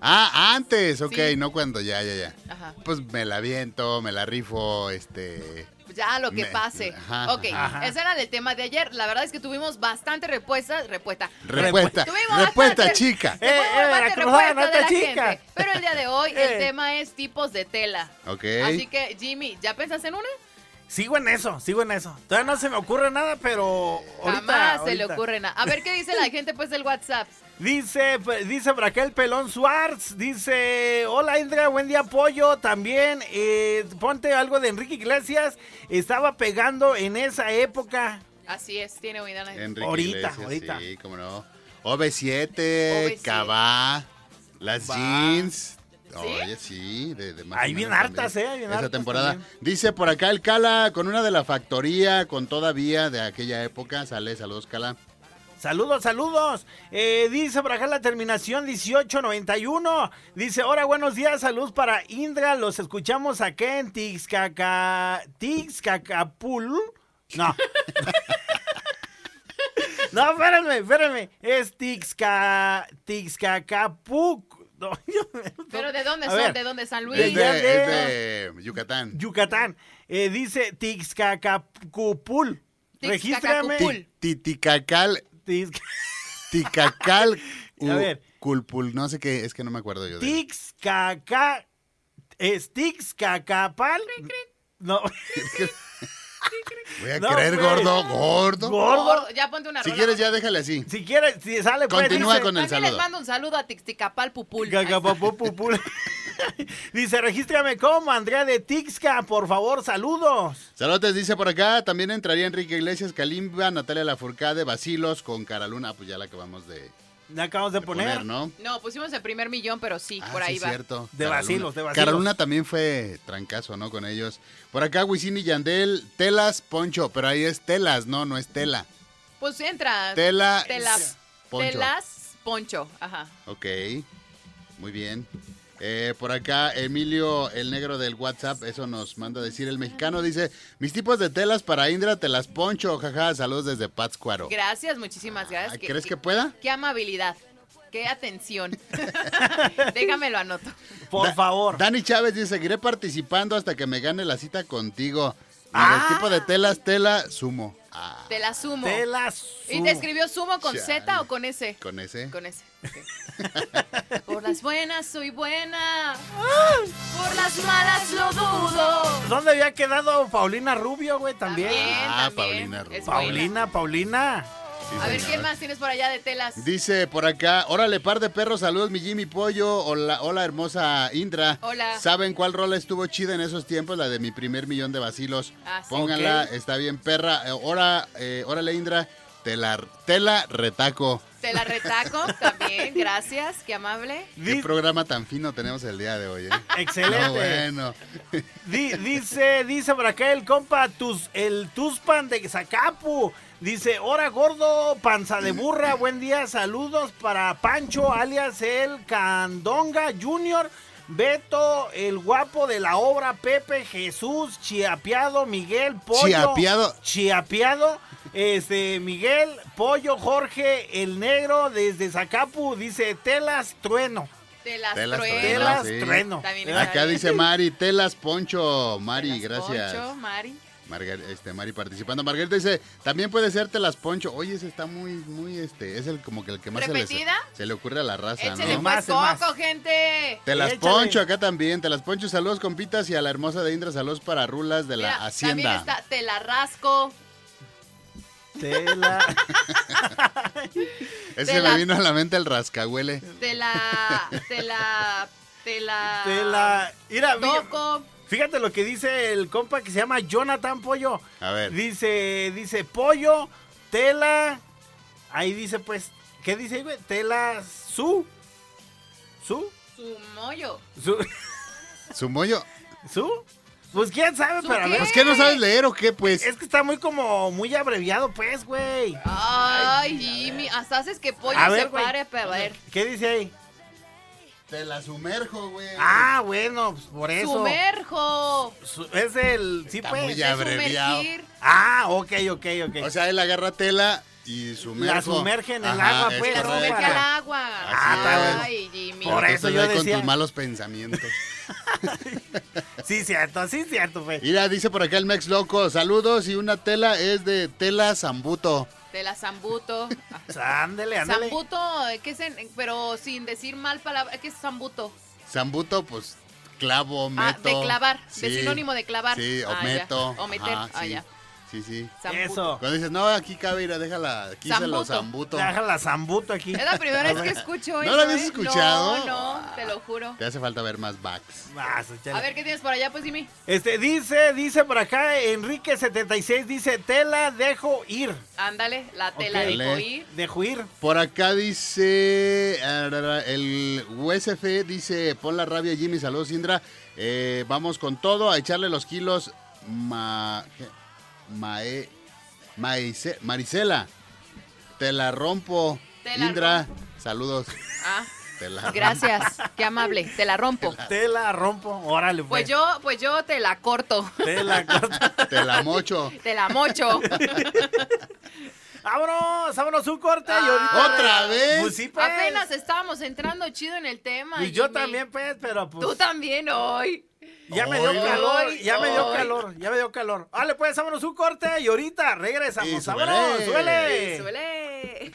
[SPEAKER 5] Ah, antes, ok,
[SPEAKER 4] Sí. Ah.
[SPEAKER 5] no cuando, ya, ya, ya.
[SPEAKER 4] Ajá.
[SPEAKER 5] Pues me la viento, me la rifo, este...
[SPEAKER 4] Ya lo que
[SPEAKER 5] Me-
[SPEAKER 4] pase.
[SPEAKER 5] ajá.
[SPEAKER 4] ok,
[SPEAKER 3] Ajá.
[SPEAKER 4] ese era el tema de ayer. La verdad es que tuvimos bastante respuestas. Respuesta.
[SPEAKER 5] Respuesta,
[SPEAKER 4] Tuvimos
[SPEAKER 5] respuesta,
[SPEAKER 4] bastante-
[SPEAKER 5] chica.
[SPEAKER 3] Eh, eh,
[SPEAKER 4] Bastante
[SPEAKER 3] Veracruzana,
[SPEAKER 4] respuesta
[SPEAKER 3] no
[SPEAKER 4] de
[SPEAKER 3] te
[SPEAKER 4] la
[SPEAKER 3] chica.
[SPEAKER 4] gente. Pero el día de hoy
[SPEAKER 3] Eh.
[SPEAKER 4] el tema es tipos de tela.
[SPEAKER 5] Ok.
[SPEAKER 4] Así que, Jimmy, ¿ya pensaste en una?
[SPEAKER 3] Sigo en eso, sigo en eso. Todavía no se me ocurre nada, pero. ahorita-
[SPEAKER 4] Jamás se le
[SPEAKER 3] ahorita.
[SPEAKER 4] ocurre nada. A ver qué dice la gente pues del WhatsApp.
[SPEAKER 3] Dice, pues, dice por acá el pelón Suárez, dice, hola Indra, buen día apoyo, también eh, ponte algo de Enrique Iglesias, estaba pegando en esa época.
[SPEAKER 4] Así es, tiene oído la gente.
[SPEAKER 5] Enrique
[SPEAKER 3] Ahorita,
[SPEAKER 5] Iglesias,
[SPEAKER 3] ahorita.
[SPEAKER 5] Sí, cómo no. OV7,
[SPEAKER 4] OV7.
[SPEAKER 5] Cabá, las
[SPEAKER 3] Va.
[SPEAKER 5] jeans. Oye, sí, de, de más
[SPEAKER 3] Ahí
[SPEAKER 5] o
[SPEAKER 3] bien
[SPEAKER 5] menos
[SPEAKER 3] hartas,
[SPEAKER 5] también.
[SPEAKER 3] eh, bien
[SPEAKER 5] Esa
[SPEAKER 3] hartas
[SPEAKER 5] temporada.
[SPEAKER 3] también.
[SPEAKER 5] Dice por acá el Cala, con una de la factoría, con todavía de aquella época. Sale, saludos, Cala.
[SPEAKER 3] Saludos, saludos. Eh, dice por acá la terminación 1891. Dice, hola, buenos días, saludos para Indra, los escuchamos acá en Tixcaca... Tixcacapul. No. No, espérenme, espérenme. Es Tixca... Tixcacapuc. No, yo-
[SPEAKER 4] Pero ¿de dónde
[SPEAKER 3] A
[SPEAKER 4] son?
[SPEAKER 3] ver.
[SPEAKER 4] ¿De dónde San Luis?
[SPEAKER 5] Es de,
[SPEAKER 3] ya
[SPEAKER 5] es
[SPEAKER 3] veo.
[SPEAKER 5] de Yucatán.
[SPEAKER 3] Yucatán. Eh, dice Tixcacapul. Regístrame.
[SPEAKER 4] Tixcacapul.
[SPEAKER 5] Titicacal,
[SPEAKER 3] Tix-
[SPEAKER 5] Ticacal,
[SPEAKER 3] A ver.
[SPEAKER 5] Culpul, no sé qué, es que no me acuerdo yo. de-
[SPEAKER 3] Tixcaca. Es Tixcacapal. No,
[SPEAKER 5] Voy a
[SPEAKER 3] No,
[SPEAKER 5] creer,
[SPEAKER 3] pues.
[SPEAKER 5] gordo, gordo.
[SPEAKER 3] gordo.
[SPEAKER 4] Oh, ya ponte una
[SPEAKER 5] Si
[SPEAKER 4] rola.
[SPEAKER 5] quieres, ya déjale así.
[SPEAKER 3] Si quieres, si sale, pues,
[SPEAKER 5] Continúa
[SPEAKER 3] dice-
[SPEAKER 5] con el
[SPEAKER 4] También les
[SPEAKER 5] saludo.
[SPEAKER 4] mando un saludo a Tixticapal Pupul.
[SPEAKER 3] Gagapapopopul. Dice, regístrame como Andrea de Tixca, por favor, saludos.
[SPEAKER 5] Saludos, dice por acá, también ah, entraría Enrique Iglesias, Kalimba, Natalia Lafourcade, Basilos con Caraluna, pues ya la acabamos de,
[SPEAKER 3] La acabamos de poner.
[SPEAKER 5] poner, ¿no?
[SPEAKER 4] No, pusimos el primer millón, pero sí, por
[SPEAKER 5] Ah,
[SPEAKER 4] ahí
[SPEAKER 5] sí,
[SPEAKER 4] va.
[SPEAKER 5] cierto.
[SPEAKER 3] De
[SPEAKER 5] Carolina.
[SPEAKER 3] vacilos, de vacilos.
[SPEAKER 5] Carolina también fue trancazo, ¿no? Con ellos. Por acá, Wisin y Yandel, telas, poncho. Pero ahí es telas, no, no es tela.
[SPEAKER 4] Pues entra.
[SPEAKER 5] Tela,
[SPEAKER 4] Telas.
[SPEAKER 5] poncho.
[SPEAKER 4] Telas Poncho. Ajá.
[SPEAKER 5] Ok, muy bien. Eh, por acá, Emilio, el negro del WhatsApp, eso nos manda a decir. El mexicano dice, mis tipos de telas para Indra, te las poncho, jaja, saludos desde Pátzcuaro.
[SPEAKER 4] Gracias, muchísimas gracias.
[SPEAKER 5] Ay,
[SPEAKER 4] Qué-
[SPEAKER 5] Ah, ¿Crees
[SPEAKER 4] qué-
[SPEAKER 5] que pueda?
[SPEAKER 4] Qué amabilidad. Qué atención. Déjamelo anoto.
[SPEAKER 3] Por
[SPEAKER 5] Da-
[SPEAKER 3] favor.
[SPEAKER 5] Dani Chávez dice, seguiré participando hasta que me gane la cita contigo. Y
[SPEAKER 3] Ah.
[SPEAKER 5] el tipo de telas, tela, sumo. Ah,
[SPEAKER 4] Te la sumo.
[SPEAKER 3] Te la
[SPEAKER 4] ¿Y
[SPEAKER 3] subo.
[SPEAKER 4] te escribió sumo con Z
[SPEAKER 5] Chale.
[SPEAKER 4] o con S?
[SPEAKER 5] con E. ese.
[SPEAKER 4] Con ese. ok. Por las buenas soy buena. Por las malas lo dudo.
[SPEAKER 3] ¿Dónde había quedado Paulina Rubio, güey? También.
[SPEAKER 5] Ah,
[SPEAKER 4] también.
[SPEAKER 5] Paulina Rubio.
[SPEAKER 4] Es buena.
[SPEAKER 3] Paulina, Paulina.
[SPEAKER 5] Sí,
[SPEAKER 4] A ver,
[SPEAKER 5] señor.
[SPEAKER 4] ¿qué más tienes por allá de telas?
[SPEAKER 5] Dice por acá, órale, par de perros, saludos mi Jimmy Pollo, hola, hola hermosa Indra.
[SPEAKER 4] Hola.
[SPEAKER 5] ¿Saben cuál rola estuvo chida en esos tiempos? La de mi primer millón de vacilos.
[SPEAKER 4] Ah, sí.
[SPEAKER 5] Pónganla, está bien perra. Eh, ora, eh, órale Indra, te la, te la retaco.
[SPEAKER 4] Te la retaco también, gracias, qué amable.
[SPEAKER 5] Qué
[SPEAKER 3] Di-
[SPEAKER 5] programa tan fino tenemos el día de hoy, ¿eh?
[SPEAKER 3] Excelente.
[SPEAKER 5] No, bueno.
[SPEAKER 3] Di- dice, dice por acá el compa, tus, el Tuspan de Zacapu. Dice, hora gordo, panza de burra, buen día, saludos para Pancho, alias el Candonga Junior, Beto, el guapo de la obra, Pepe, Jesús, Chiapiado, Miguel, Pollo.
[SPEAKER 5] Chiapiado.
[SPEAKER 3] Chiapiado, este, Miguel, Pollo, Jorge, el negro, desde Zacapu, dice, telas, trueno.
[SPEAKER 4] Te las
[SPEAKER 5] Te las
[SPEAKER 4] trueno.
[SPEAKER 5] trueno,
[SPEAKER 3] Telas,
[SPEAKER 5] sí.
[SPEAKER 3] trueno.
[SPEAKER 4] También
[SPEAKER 3] Eh,
[SPEAKER 4] está
[SPEAKER 5] Acá
[SPEAKER 4] bien.
[SPEAKER 5] dice Mari, telas poncho.
[SPEAKER 4] Te
[SPEAKER 5] Mari,
[SPEAKER 4] las
[SPEAKER 5] gracias.
[SPEAKER 4] poncho, Mari.
[SPEAKER 5] Margar- este, Mari participando. Margarita dice, también puede ser telas poncho. Oye, ese está muy, muy, este, es el como que el que más se le,
[SPEAKER 4] ¿Repetida?
[SPEAKER 5] se le ocurre a la raza,
[SPEAKER 4] Échale
[SPEAKER 5] ¿no?
[SPEAKER 3] más,
[SPEAKER 4] más,
[SPEAKER 3] es más.
[SPEAKER 4] coco, gente.
[SPEAKER 5] Te las
[SPEAKER 3] Échale.
[SPEAKER 5] poncho acá también, te las poncho. Saludos, compitas, y a la hermosa de Indra, saludos para Rulas de la
[SPEAKER 4] Mira, También
[SPEAKER 5] Hacienda.
[SPEAKER 4] está, te la rasco.
[SPEAKER 3] Tela.
[SPEAKER 5] Ese
[SPEAKER 4] te
[SPEAKER 5] me
[SPEAKER 4] las-
[SPEAKER 5] vino a la mente el rascahuele.
[SPEAKER 4] Te la. Te la. Te la.
[SPEAKER 3] Tela. Mira, vi-
[SPEAKER 4] Toco.
[SPEAKER 3] Fíjate lo que dice el compa que se llama Jonathan Pollo.
[SPEAKER 5] A ver.
[SPEAKER 3] Dice, dice, pollo, tela. Ahí dice, pues, ¿qué dice, ahí, güey? Tela su. ¿Su?
[SPEAKER 4] Su mollo.
[SPEAKER 3] ¿Su?
[SPEAKER 5] ¿Su mollo?
[SPEAKER 3] ¿Su? Pues quién sabe,
[SPEAKER 4] ¿Su
[SPEAKER 3] pero a
[SPEAKER 4] qué?
[SPEAKER 3] ver.
[SPEAKER 5] Pues que no sabes leer o qué, pues.
[SPEAKER 3] Es que está muy como, muy abreviado, pues, güey.
[SPEAKER 4] Ay, Jimmy, hasta haces que pollo
[SPEAKER 3] A
[SPEAKER 4] se
[SPEAKER 3] ver, güey.
[SPEAKER 4] pare para ver.
[SPEAKER 3] ¿Qué dice ahí?
[SPEAKER 5] Te la sumerjo, güey.
[SPEAKER 3] Ah, bueno, pues por eso.
[SPEAKER 4] Sumerjo.
[SPEAKER 3] Su- es el. Sí,
[SPEAKER 5] Está
[SPEAKER 3] pues.
[SPEAKER 5] muy
[SPEAKER 4] de
[SPEAKER 5] abreviado.
[SPEAKER 4] sumergir.
[SPEAKER 3] Ah, ok, ok, ok.
[SPEAKER 5] O sea, él agarra tela y sumerge.
[SPEAKER 3] La sumerge en el agua, pues,
[SPEAKER 4] La
[SPEAKER 3] Correcto.
[SPEAKER 4] sumerge al agua.
[SPEAKER 5] Ah, está bueno.
[SPEAKER 4] Ay, Jimmy.
[SPEAKER 3] Por eso yo
[SPEAKER 5] con
[SPEAKER 3] decía.
[SPEAKER 5] tus malos pensamientos.
[SPEAKER 3] sí, cierto, sí, cierto, pues. güey.
[SPEAKER 5] Mira, dice por acá el Mex Loco, saludos y una tela es de tela zambuto.
[SPEAKER 4] Te la zambuto. Ah.
[SPEAKER 3] Ándele, ándele.
[SPEAKER 4] Zambuto, eh, ¿qué es en- pero sin decir mal palabra, ¿qué es zambuto?
[SPEAKER 5] Zambuto, pues clavo,
[SPEAKER 4] Ah,
[SPEAKER 5] meto.
[SPEAKER 4] de clavar, de
[SPEAKER 5] Sí.
[SPEAKER 4] sinónimo de clavar.
[SPEAKER 5] Sí, o
[SPEAKER 4] Ah, ya.
[SPEAKER 5] meto.
[SPEAKER 4] O meter,
[SPEAKER 5] Ajá,
[SPEAKER 4] ah,
[SPEAKER 5] sí.
[SPEAKER 4] ya.
[SPEAKER 5] Sí, sí.
[SPEAKER 4] Zambuto.
[SPEAKER 3] Eso.
[SPEAKER 5] Cuando dices, no, aquí cabe, ir, déjala, aquí se
[SPEAKER 4] Zambuto.
[SPEAKER 5] lo zambuto.
[SPEAKER 3] Deja la zambuto aquí.
[SPEAKER 4] Es la primera vez que escucho
[SPEAKER 5] ¿No
[SPEAKER 4] eso.
[SPEAKER 5] lo habías
[SPEAKER 4] ¿eh?
[SPEAKER 5] escuchado?
[SPEAKER 4] No, no, te lo juro.
[SPEAKER 5] Te hace falta ver más backs.
[SPEAKER 3] Vas, échale.
[SPEAKER 4] A ver, ¿qué tienes por allá? Pues dime.
[SPEAKER 3] Este, dice, dice por acá, Enrique76, dice, tela dejo ir.
[SPEAKER 4] Ándale, la tela
[SPEAKER 3] Ok.
[SPEAKER 4] de
[SPEAKER 5] Dale.
[SPEAKER 4] ir.
[SPEAKER 3] Dejo ir.
[SPEAKER 5] Por acá dice arara, el USF, dice, pon la rabia Jimmy, saludos Indra, Eh, vamos con todo a echarle los kilos ma, ¿qué? Mae- Maice- Marisela, te la rompo,
[SPEAKER 4] Te la
[SPEAKER 5] Indra, saludos,
[SPEAKER 4] Ah,
[SPEAKER 5] te la
[SPEAKER 4] gracias. Qué amable. Te la rompo.
[SPEAKER 3] Tela rompo. Órale,
[SPEAKER 4] Pues
[SPEAKER 3] pues.
[SPEAKER 4] yo, pues yo te la corto.
[SPEAKER 3] Tela corta.
[SPEAKER 5] rompo, te la mocho.
[SPEAKER 4] Te la mocho.
[SPEAKER 3] vámonos, vámonos un corte. y ahorita-
[SPEAKER 5] ¿Otra vez?
[SPEAKER 3] Pues sí, pues.
[SPEAKER 4] Ah, Apenas estábamos entrando chido en el tema.
[SPEAKER 3] Pues yo
[SPEAKER 4] Jimmy.
[SPEAKER 3] también, pues, pero pues.
[SPEAKER 4] Tú también hoy.
[SPEAKER 3] Ya me dio
[SPEAKER 5] Hoy.
[SPEAKER 3] calor, ya me dio
[SPEAKER 4] Hoy.
[SPEAKER 3] calor, ya me dio calor. Vale, pues, vámonos un corte y ahorita regresamos.
[SPEAKER 5] Y súbele.
[SPEAKER 3] vámonos, suele.
[SPEAKER 4] Suele.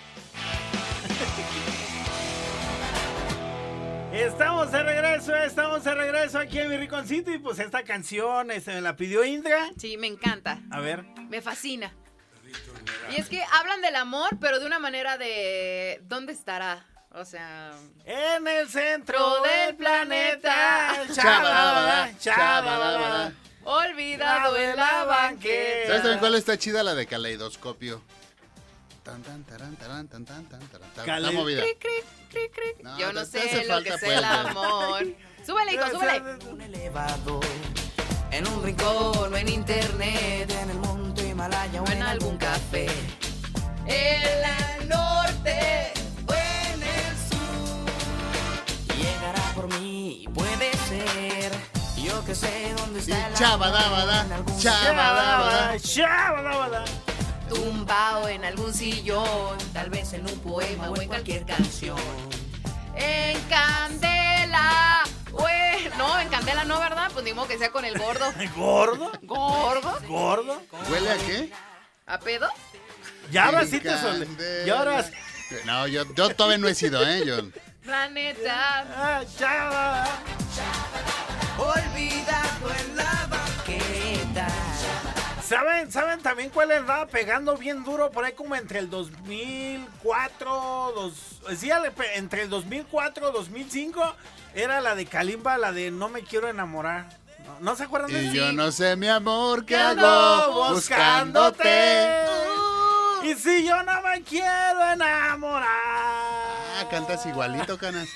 [SPEAKER 3] Estamos de regreso, estamos de regreso aquí en mi Riconcito. Y pues esta canción este, me la pidió Indra.
[SPEAKER 4] Sí, me encanta.
[SPEAKER 3] A ver.
[SPEAKER 4] Me fascina. Y es que hablan del amor, pero de una manera de ¿dónde estará? O sea,
[SPEAKER 3] En el centro del planeta.
[SPEAKER 5] Chabarabara,
[SPEAKER 3] Chabarabara, chabarabara.
[SPEAKER 4] olvidado en la
[SPEAKER 3] ¿Sabes
[SPEAKER 5] ¿Sabes también
[SPEAKER 4] banqueta.
[SPEAKER 5] cuál está chida? La de caleidoscopio. Tan, tan, tarán, tarán, tan, tan, tan, tarán. Está-
[SPEAKER 3] Calen-
[SPEAKER 5] Está movida.
[SPEAKER 4] Cric, cric, cric, cric.
[SPEAKER 5] No,
[SPEAKER 4] Yo no
[SPEAKER 5] te- te hace
[SPEAKER 4] sé lo que
[SPEAKER 5] falta,
[SPEAKER 4] es
[SPEAKER 5] pues,
[SPEAKER 4] el
[SPEAKER 5] te-
[SPEAKER 4] amor. Súbele, hijo, súbele.
[SPEAKER 9] Un elevador, en un rincón o en internet, en el monte Himalaya o en algún café.
[SPEAKER 4] En la norte o en el
[SPEAKER 9] Llegará por mí y puede ser. Yo que sé dónde
[SPEAKER 5] Y
[SPEAKER 9] está el
[SPEAKER 5] chabadabada,
[SPEAKER 9] amor, en algún
[SPEAKER 5] chab- Shabadabada.
[SPEAKER 3] Shabadabada.
[SPEAKER 4] sur, tumbao en algún sillón, tal vez en un poema o en cualquier canción. En candela, o en- No, en candela no, ¿verdad? Pues ni modo que sea con el gordo.
[SPEAKER 3] ¿Gordo?
[SPEAKER 4] ¿Gordo?
[SPEAKER 3] ¿Gordo?
[SPEAKER 5] ¿Huele a qué?
[SPEAKER 4] ¿A pedo?
[SPEAKER 3] Ya ahora
[SPEAKER 5] En
[SPEAKER 3] sí te sol.
[SPEAKER 5] candela.
[SPEAKER 3] Y ahora sí.
[SPEAKER 5] No, yo, yo todavía no he sido, ¿eh? Yo.
[SPEAKER 4] Planeta.
[SPEAKER 3] Ah, shabadabada.
[SPEAKER 9] Olvidado en la banqueta.
[SPEAKER 3] ¿Saben, ¿Saben también cuál andaba pegando bien duro por ahí como entre el 2004, dos, sí, ale- pe- entre el 2004 2005? Era la de Kalimba, la de No me quiero enamorar. ¿No, ¿no se acuerdan de
[SPEAKER 5] Y
[SPEAKER 3] eso?
[SPEAKER 5] Eh, yo no sé, mi amor, ¿qué
[SPEAKER 3] ¿Qué
[SPEAKER 5] hago buscándote?
[SPEAKER 3] Y si yo no me quiero enamorar. Ah,
[SPEAKER 5] Ah, cantas igualito, canas.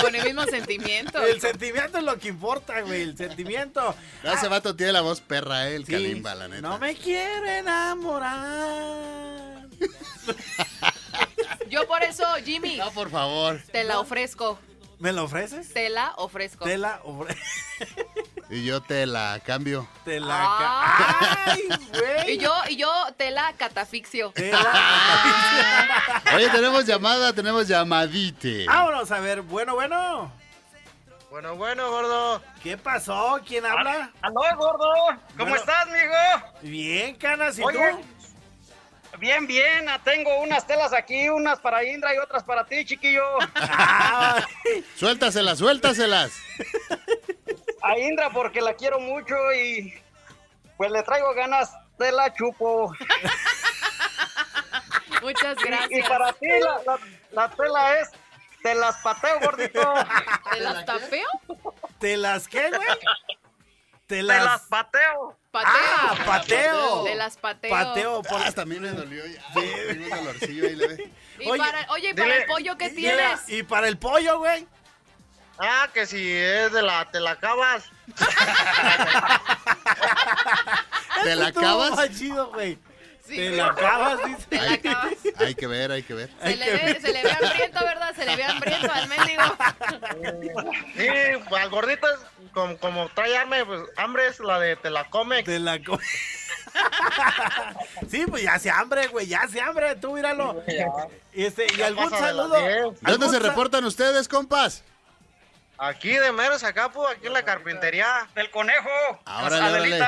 [SPEAKER 4] Con el mismo sentimiento.
[SPEAKER 3] El sentimiento es lo que importa, güey, el sentimiento. Ah,
[SPEAKER 5] No, ese vato tiene la voz perra, ¿eh? El
[SPEAKER 3] Sí,
[SPEAKER 5] Kalimba, la neta.
[SPEAKER 3] No me quiero enamorar.
[SPEAKER 4] Yo por eso, Jimmy,
[SPEAKER 5] No, por favor.
[SPEAKER 4] te la ofrezco.
[SPEAKER 3] ¿Me lo ofreces?
[SPEAKER 4] Te la ofrezco.
[SPEAKER 3] Te la ofre-
[SPEAKER 5] Y yo te la cambio.
[SPEAKER 3] Te la
[SPEAKER 5] Ah.
[SPEAKER 3] ca- ¡Ay, güey!
[SPEAKER 4] Y yo, y yo te la catafixio.
[SPEAKER 3] Te la-
[SPEAKER 5] Oye, tenemos llamada, tenemos llamadite.
[SPEAKER 3] Vámonos a ver, bueno, bueno.
[SPEAKER 10] Bueno, bueno, gordo.
[SPEAKER 3] ¿Qué pasó? ¿Quién
[SPEAKER 5] Ah.
[SPEAKER 3] habla?
[SPEAKER 10] Aló, gordo. ¿Cómo
[SPEAKER 3] Bueno.
[SPEAKER 10] estás, mijo?
[SPEAKER 3] Bien, canas, ¿y
[SPEAKER 10] Oye.
[SPEAKER 3] tú?
[SPEAKER 10] Bien, bien. Ah, Tengo unas telas aquí, unas para Indra y otras para ti, chiquillo.
[SPEAKER 3] Ah,
[SPEAKER 5] Suéltaselas, suéltaselas.
[SPEAKER 10] A Indra porque la quiero mucho y pues le traigo ganas de la chupo.
[SPEAKER 4] Muchas
[SPEAKER 10] Y
[SPEAKER 4] gracias.
[SPEAKER 10] para ti la, la- la tela es te las pateo, gordito.
[SPEAKER 4] ¿Te las tapeo?
[SPEAKER 3] ¿Te las qué, güey? Te
[SPEAKER 10] Te las
[SPEAKER 3] las...
[SPEAKER 10] pateo.
[SPEAKER 4] Pateo.
[SPEAKER 3] ¡Ah, pateo!
[SPEAKER 4] Te las pateo.
[SPEAKER 3] Pateo. por-
[SPEAKER 5] Ah, también me dolió ya. Tengo un dolorcillo ahí leve.
[SPEAKER 4] Y
[SPEAKER 3] Oye,
[SPEAKER 4] para, oye, ¿y para
[SPEAKER 10] dile-
[SPEAKER 4] el pollo qué
[SPEAKER 10] dile-
[SPEAKER 4] tienes?
[SPEAKER 3] ¿Y para el pollo, güey?
[SPEAKER 10] Ah, que si es de la te la acabas.
[SPEAKER 3] Ah,
[SPEAKER 5] ¿Te la
[SPEAKER 3] Estuvo
[SPEAKER 5] acabas?
[SPEAKER 3] más chido, güey.
[SPEAKER 4] Sí.
[SPEAKER 3] Te la acabas, dice.
[SPEAKER 4] Te la acabas.
[SPEAKER 5] Hay que ver, hay que ver.
[SPEAKER 4] Se le, ve, se le ve hambriento, ¿verdad? Se le ve hambriento al mendigo.
[SPEAKER 10] Sí, al gordito es como, como trae hambre, pues hambre es la de te la come.
[SPEAKER 3] Te la co- Sí, pues ya se hambre, güey, ya se hambre, tú míralo. Este, y
[SPEAKER 10] Ya
[SPEAKER 3] algún
[SPEAKER 10] pasa de las
[SPEAKER 3] saludo.
[SPEAKER 10] diez.
[SPEAKER 5] ¿De dónde
[SPEAKER 3] ¿Algún
[SPEAKER 5] se
[SPEAKER 3] sa-
[SPEAKER 5] reportan ustedes, compas?
[SPEAKER 10] Aquí de Mero Zacapu, aquí en la carpintería. Del conejo.
[SPEAKER 5] Órale, órale.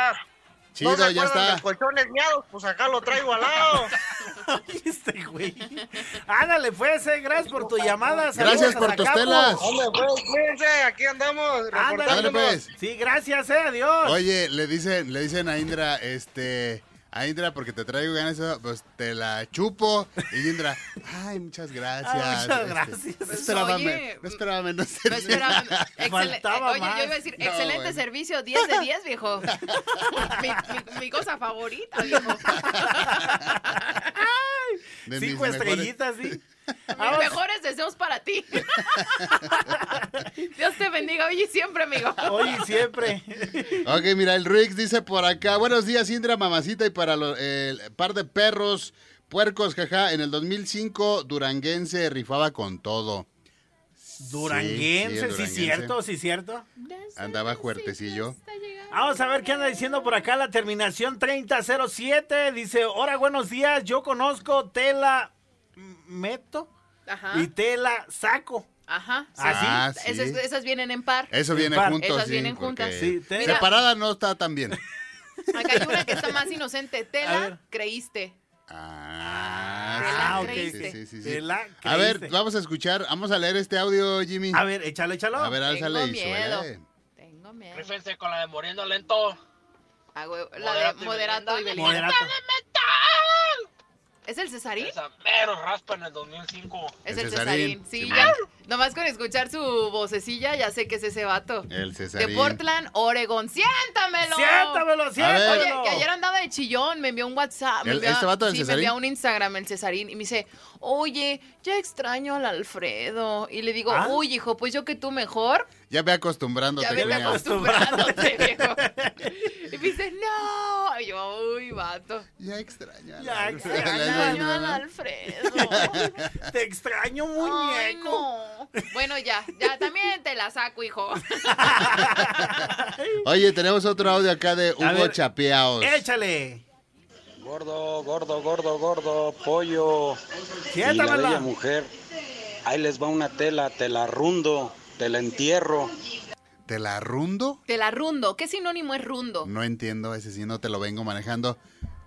[SPEAKER 5] Chido, ya está.
[SPEAKER 10] colchones miados, pues acá lo traigo al lado.
[SPEAKER 3] Este güey. Ándale, pues, eh, gracias por tu llamada. saludos
[SPEAKER 5] Gracias
[SPEAKER 3] a
[SPEAKER 5] por tus
[SPEAKER 3] Zacapu.
[SPEAKER 5] telas.
[SPEAKER 10] Hombre, pues, cuídense, aquí andamos
[SPEAKER 3] Ándale,
[SPEAKER 5] Ándale,
[SPEAKER 10] reportándonos.
[SPEAKER 5] pues.
[SPEAKER 3] Sí, gracias, eh, adiós.
[SPEAKER 5] Oye, le dicen, le dicen a Indra, este, a Indra porque te traigo ganas, pues te la chupo. Y Indra, ay, muchas gracias.
[SPEAKER 3] Ah, muchas
[SPEAKER 5] Este,
[SPEAKER 3] gracias. mm,
[SPEAKER 5] no esperaba,
[SPEAKER 4] Oye,
[SPEAKER 5] me- no esperaba menos.
[SPEAKER 4] No esperaba. Excele-
[SPEAKER 3] Faltaba
[SPEAKER 4] oye,
[SPEAKER 3] más.
[SPEAKER 4] yo iba a decir,
[SPEAKER 5] No,
[SPEAKER 4] excelente
[SPEAKER 5] bueno.
[SPEAKER 4] servicio, 10 de 10, viejo. mi, mi- mi cosa favorita, viejo.
[SPEAKER 5] De mis
[SPEAKER 3] Cinco
[SPEAKER 5] mejores-
[SPEAKER 3] estrellitas, sí.
[SPEAKER 4] Mis
[SPEAKER 3] Vamos.
[SPEAKER 4] mejores deseos para ti. Dios te bendiga hoy y siempre, amigo.
[SPEAKER 3] Hoy y siempre.
[SPEAKER 5] Ok, mira, el Rix dice por acá, buenos días Indra, mamacita, y para lo- el par de perros, puercos, jaja, en el 2005 Duranguense rifaba con todo.
[SPEAKER 3] Duranguense, sí,
[SPEAKER 5] duranguense.
[SPEAKER 3] cierto, sí, cierto.
[SPEAKER 5] Andaba fuertecillo.
[SPEAKER 3] Vamos a ver qué anda diciendo por acá la terminación 3007. Dice, hola, buenos días, yo conozco tela m- meto
[SPEAKER 4] Ajá.
[SPEAKER 3] y tela saco.
[SPEAKER 4] Ajá. sí,
[SPEAKER 3] Ah,
[SPEAKER 5] Ah,
[SPEAKER 4] sí.
[SPEAKER 5] sí.
[SPEAKER 4] Esas, esas vienen en par.
[SPEAKER 5] Eso viene
[SPEAKER 3] Par.
[SPEAKER 5] juntos,
[SPEAKER 4] Esas
[SPEAKER 5] sí,
[SPEAKER 4] vienen
[SPEAKER 5] porque
[SPEAKER 4] juntas.
[SPEAKER 3] Sí, te-
[SPEAKER 4] Mira.
[SPEAKER 5] Separada no está tan bien.
[SPEAKER 4] Acá hay una que está más inocente.
[SPEAKER 3] A ver.
[SPEAKER 4] Tela, creíste.
[SPEAKER 5] Ah,
[SPEAKER 4] Te la
[SPEAKER 5] sí,
[SPEAKER 4] creíste.
[SPEAKER 5] sí, sí, sí, sí.
[SPEAKER 3] Te la
[SPEAKER 5] A ver,
[SPEAKER 3] creíste.
[SPEAKER 5] vamos a escuchar, vamos a leer este audio, Jimmy.
[SPEAKER 3] A ver, échalo, échalo.
[SPEAKER 5] A ver, álzale y
[SPEAKER 4] Tengo miedo.
[SPEAKER 5] suele.
[SPEAKER 4] Tengo miedo.
[SPEAKER 10] Rífense con la de muriendo lento.
[SPEAKER 4] Ah, güey, la
[SPEAKER 10] Moderato y
[SPEAKER 4] de moderato y
[SPEAKER 10] Belinda.
[SPEAKER 4] Belinda.
[SPEAKER 3] Moderato.
[SPEAKER 4] ¿Es el Cesarín?
[SPEAKER 11] Pero raspa en el 2005.
[SPEAKER 4] Es
[SPEAKER 5] El
[SPEAKER 4] el
[SPEAKER 5] Cesarín,
[SPEAKER 4] Cesarín, sí.
[SPEAKER 5] Simón.
[SPEAKER 4] ya. Nomás con escuchar su vocecilla ya sé que es ese vato.
[SPEAKER 5] El
[SPEAKER 4] De
[SPEAKER 5] Cesarín.
[SPEAKER 4] Portland, Oregón. ¡Siéntamelo!
[SPEAKER 5] ¡Siéntamelo, siéntamelo!
[SPEAKER 4] Oye, que ayer andaba de chillón, me envió un WhatsApp. me
[SPEAKER 5] ¿El-
[SPEAKER 4] envió-
[SPEAKER 5] este vato del
[SPEAKER 4] sí, me
[SPEAKER 5] Cesarín?
[SPEAKER 4] envió un Instagram, el Cesarín, y me dice, oye, ya extraño al Alfredo. Y le digo,
[SPEAKER 5] ¿Ah?
[SPEAKER 4] uy, hijo, pues yo que tú mejor.
[SPEAKER 5] Ya ve acostumbrándote.
[SPEAKER 4] Ya vete
[SPEAKER 5] Kenia.
[SPEAKER 4] acostumbrándote, viejo. Y me dice, no. Y yo, uy, vato.
[SPEAKER 5] Ya extraño al
[SPEAKER 4] ya
[SPEAKER 5] Alfredo.
[SPEAKER 4] Extraño al Alfredo.
[SPEAKER 3] Te extraño,
[SPEAKER 4] Ay,
[SPEAKER 3] muñeco.
[SPEAKER 4] no. Bueno, ya, ya también te la saco, hijo.
[SPEAKER 5] Oye, tenemos otro audio acá de
[SPEAKER 3] A
[SPEAKER 5] Hugo
[SPEAKER 3] ver,
[SPEAKER 5] Chapeaos.
[SPEAKER 3] Échale.
[SPEAKER 12] Gordo, gordo, gordo, gordo, pollo.
[SPEAKER 3] Siéntamela.
[SPEAKER 12] Y la bella mujer. Ahí les va una tela, te la rundo, te la entierro.
[SPEAKER 5] ¿Te la rundo?
[SPEAKER 4] Te la rundo. ¿Qué sinónimo es rundo?
[SPEAKER 5] No entiendo ese sí, no te lo vengo manejando.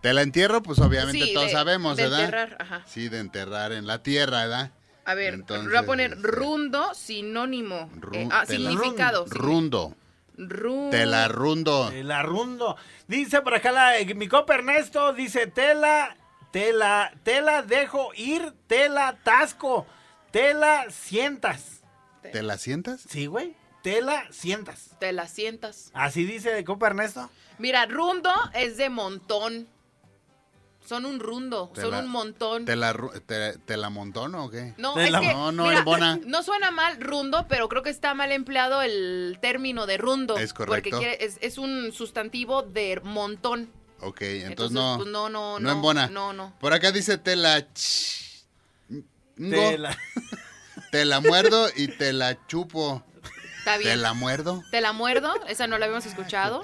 [SPEAKER 5] ¿Te la entierro? Pues obviamente
[SPEAKER 4] Sí,
[SPEAKER 5] todos
[SPEAKER 4] de-
[SPEAKER 5] sabemos,
[SPEAKER 4] de
[SPEAKER 5] ¿verdad?
[SPEAKER 4] enterrar, ajá.
[SPEAKER 5] Sí, de enterrar en la tierra, ¿verdad?
[SPEAKER 4] A ver,
[SPEAKER 5] Entonces, este,
[SPEAKER 4] voy a poner rundo, sinónimo. Eh,
[SPEAKER 5] Ru-
[SPEAKER 4] ah,
[SPEAKER 5] te la-
[SPEAKER 4] significado.
[SPEAKER 5] Rundo.
[SPEAKER 4] Rundo.
[SPEAKER 5] Te la rundo.
[SPEAKER 3] Te la rundo. Dice por acá la- eh, mi copa Ernesto, dice, tela, tela, tela dejo ir, tela tasco, tela sientas.
[SPEAKER 5] ¿Te la sientas?
[SPEAKER 3] Sí, güey, tela sientas.
[SPEAKER 4] Te la sientas.
[SPEAKER 3] Así dice el compa Ernesto.
[SPEAKER 4] Mira, rundo es de montón. Son un rundo,
[SPEAKER 5] Te
[SPEAKER 4] son
[SPEAKER 5] la-
[SPEAKER 4] un montón.
[SPEAKER 5] ¿Te la, ru- te, te la montono o qué?
[SPEAKER 4] No, es que,
[SPEAKER 5] no, no,
[SPEAKER 4] mira,
[SPEAKER 5] el Bona.
[SPEAKER 4] No suena mal rundo, pero creo que está mal empleado el término de rundo.
[SPEAKER 5] Es
[SPEAKER 4] Porque
[SPEAKER 5] correcto.
[SPEAKER 4] quiere- es, es un sustantivo de montón.
[SPEAKER 5] Ok, entonces, no.
[SPEAKER 4] pues, no, no,
[SPEAKER 5] no
[SPEAKER 4] no,
[SPEAKER 5] embona.
[SPEAKER 4] no, no.
[SPEAKER 5] Por acá dice tela. ch- ngo.
[SPEAKER 3] Te la-
[SPEAKER 5] Te la muerdo y te la chupo.
[SPEAKER 4] Está bien.
[SPEAKER 5] ¿Te la muerdo?
[SPEAKER 4] Te la muerdo, esa no la habíamos escuchado.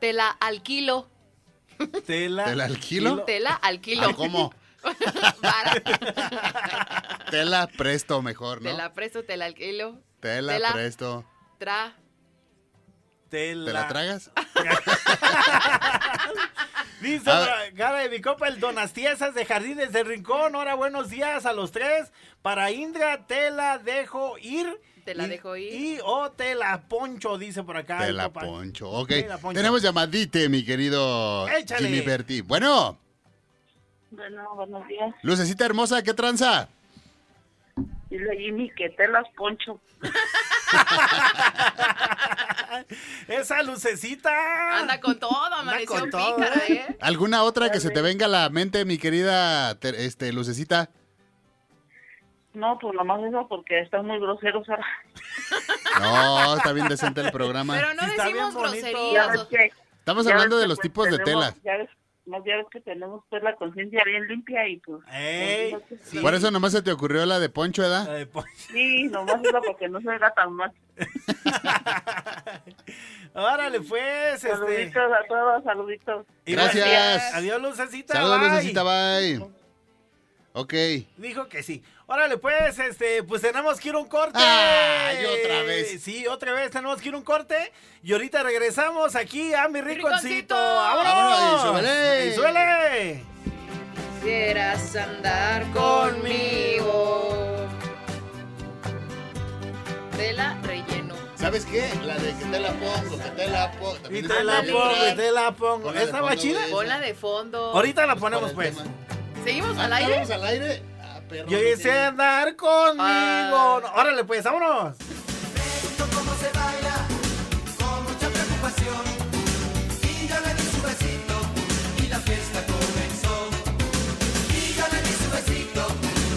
[SPEAKER 4] Te la alquilo.
[SPEAKER 3] Tela.
[SPEAKER 5] ¿Te la alquilo?
[SPEAKER 4] Te la alquilo.
[SPEAKER 5] Ah, ¿Cómo? Te la presto mejor, ¿no?
[SPEAKER 4] Te la presto, te la alquilo.
[SPEAKER 5] Te la
[SPEAKER 4] te la-
[SPEAKER 5] presto.
[SPEAKER 4] Tra.
[SPEAKER 3] Tela.
[SPEAKER 5] ¿Te la tragas?
[SPEAKER 3] Dice
[SPEAKER 5] A
[SPEAKER 3] por acá de mi copa el Donas Tiesas de Jardines del Rincón. Ahora buenos días a los tres. Para Indra, te la dejo ir.
[SPEAKER 4] Te la
[SPEAKER 3] Y-
[SPEAKER 4] dejo ir.
[SPEAKER 3] Y o te la poncho, dice por acá.
[SPEAKER 5] Te
[SPEAKER 3] el
[SPEAKER 5] la
[SPEAKER 3] compa.
[SPEAKER 5] poncho. Ok.
[SPEAKER 3] Te la poncho.
[SPEAKER 5] Tenemos llamadite, mi querido
[SPEAKER 3] Échale.
[SPEAKER 5] Jimmy Berti. Bueno,
[SPEAKER 13] Bueno, buenos días.
[SPEAKER 5] lucecita hermosa, ¿qué tranza?
[SPEAKER 13] Dile a Jimmy que te las poncho.
[SPEAKER 3] Esa lucecita.
[SPEAKER 4] Anda con todo, amaneció
[SPEAKER 3] Ah. con todo,
[SPEAKER 4] pícara, ¿eh?
[SPEAKER 5] ¿Alguna otra que se te venga a la mente, mi querida te- este, lucecita?
[SPEAKER 13] No, pues nomás eso porque están muy groseros ahora.
[SPEAKER 5] No, está bien decente el programa.
[SPEAKER 4] Pero no decimos
[SPEAKER 13] Ya
[SPEAKER 4] groserías.
[SPEAKER 13] ves que-
[SPEAKER 5] Estamos
[SPEAKER 13] ya
[SPEAKER 5] hablando
[SPEAKER 13] ves
[SPEAKER 5] de
[SPEAKER 13] que,
[SPEAKER 5] los
[SPEAKER 13] pues,
[SPEAKER 5] tipos de
[SPEAKER 13] tenemos-
[SPEAKER 5] telas.
[SPEAKER 13] Ya ves, más ya ves que tenemos pues la conciencia bien limpia y pues...
[SPEAKER 3] Ey, pues.
[SPEAKER 13] pues, sí,
[SPEAKER 5] Por eso nomás se te ocurrió la de Poncho, ¿verdad?
[SPEAKER 13] Sí, nomás eso porque no se oiga tan mal.
[SPEAKER 3] Órale, pues. este,
[SPEAKER 13] Saluditos a todos, saluditos.
[SPEAKER 3] y
[SPEAKER 5] Gracias.
[SPEAKER 3] buenos días. Adiós, lucecita.
[SPEAKER 5] Saludos,
[SPEAKER 3] bye.
[SPEAKER 5] lucecita, bye. Ok.
[SPEAKER 3] Dijo que sí. Órale, pues, este, pues tenemos que ir a un corte.
[SPEAKER 5] Ay, otra vez.
[SPEAKER 3] Sí, otra vez tenemos que ir a un corte. Y ahorita regresamos aquí a mi
[SPEAKER 4] Rinconcito.
[SPEAKER 3] rinconcito. ¡Vámonos!
[SPEAKER 4] ¡Vámonos!
[SPEAKER 5] Y súbele.
[SPEAKER 3] ¡Y súbele!
[SPEAKER 4] Quieras andar conmigo. Te la relleno.
[SPEAKER 5] ¿Sabes qué? La de que te la pongo, que te la pongo.
[SPEAKER 3] Y te la pongo, y te la pongo.
[SPEAKER 5] Ponla de
[SPEAKER 3] ¿Estaba
[SPEAKER 5] fondo,
[SPEAKER 3] chida?
[SPEAKER 5] güey.
[SPEAKER 4] Ponla de fondo.
[SPEAKER 3] Ahorita la ponemos,
[SPEAKER 5] Para el
[SPEAKER 3] pues.
[SPEAKER 4] ¿Seguimos
[SPEAKER 5] Ah,
[SPEAKER 4] al aire?
[SPEAKER 5] ¿estábamos al aire? Ah, perro,
[SPEAKER 3] Yo
[SPEAKER 5] no
[SPEAKER 3] hice
[SPEAKER 5] sé.
[SPEAKER 3] andar conmigo. No, Órale, pues, vámonos.
[SPEAKER 8] cómo se baila con mucha preocupación. Y ya le di su besito y la fiesta comenzó. Y ya le di su besito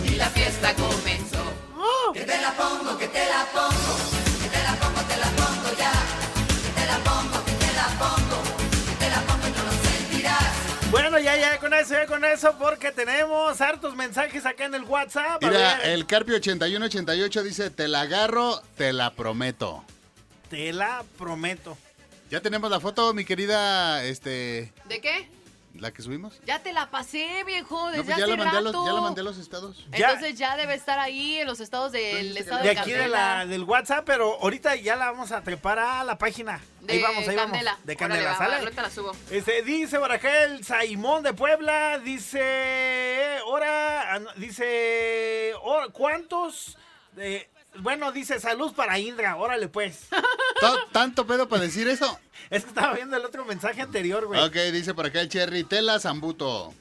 [SPEAKER 8] y la fiesta comenzó. Que te la pongo, que te la pongo, que te la pongo, te la pongo ya. Que te la pongo, que te la pongo, que te la pongo y no lo sentirás.
[SPEAKER 3] Bueno, ya, ya, con eso, ya con eso, porque tenemos hartos mensajes acá en el WhatsApp. A
[SPEAKER 5] Mira,
[SPEAKER 3] ver,
[SPEAKER 5] el Carpio 8188 dice, te la agarro, te la prometo.
[SPEAKER 3] Te la prometo.
[SPEAKER 5] Ya tenemos la foto, mi querida, este,
[SPEAKER 4] ¿De qué?
[SPEAKER 5] la que subimos.
[SPEAKER 4] Ya te la pasé, viejo, desde
[SPEAKER 5] No, pues ya,
[SPEAKER 4] hace
[SPEAKER 5] la mandé a
[SPEAKER 4] rato.
[SPEAKER 5] los, ya la mandé a los estados.
[SPEAKER 4] Entonces ya debe estar ahí en los estados del estado
[SPEAKER 3] De aquí de
[SPEAKER 4] Candela.
[SPEAKER 3] la, del WhatsApp, pero ahorita ya la vamos a trepar a la página. ahí
[SPEAKER 4] De
[SPEAKER 3] vamos, ahí
[SPEAKER 4] Candela.
[SPEAKER 3] vamos. De
[SPEAKER 4] Órale,
[SPEAKER 3] Candela,
[SPEAKER 4] va, va,
[SPEAKER 3] ¿sale?
[SPEAKER 4] Ahorita la subo.
[SPEAKER 3] Este, dice por acá el Saimón de Puebla, dice, ahora, ah, no, dice, oh, ¿cuántos? Eh, bueno, dice, salud para Indra, órale pues.
[SPEAKER 5] Ta- ¿Tanto pedo para decir eso?
[SPEAKER 3] es que estaba viendo el otro mensaje anterior, güey.
[SPEAKER 5] Ok, dice por acá el Cherry, tela zambuto.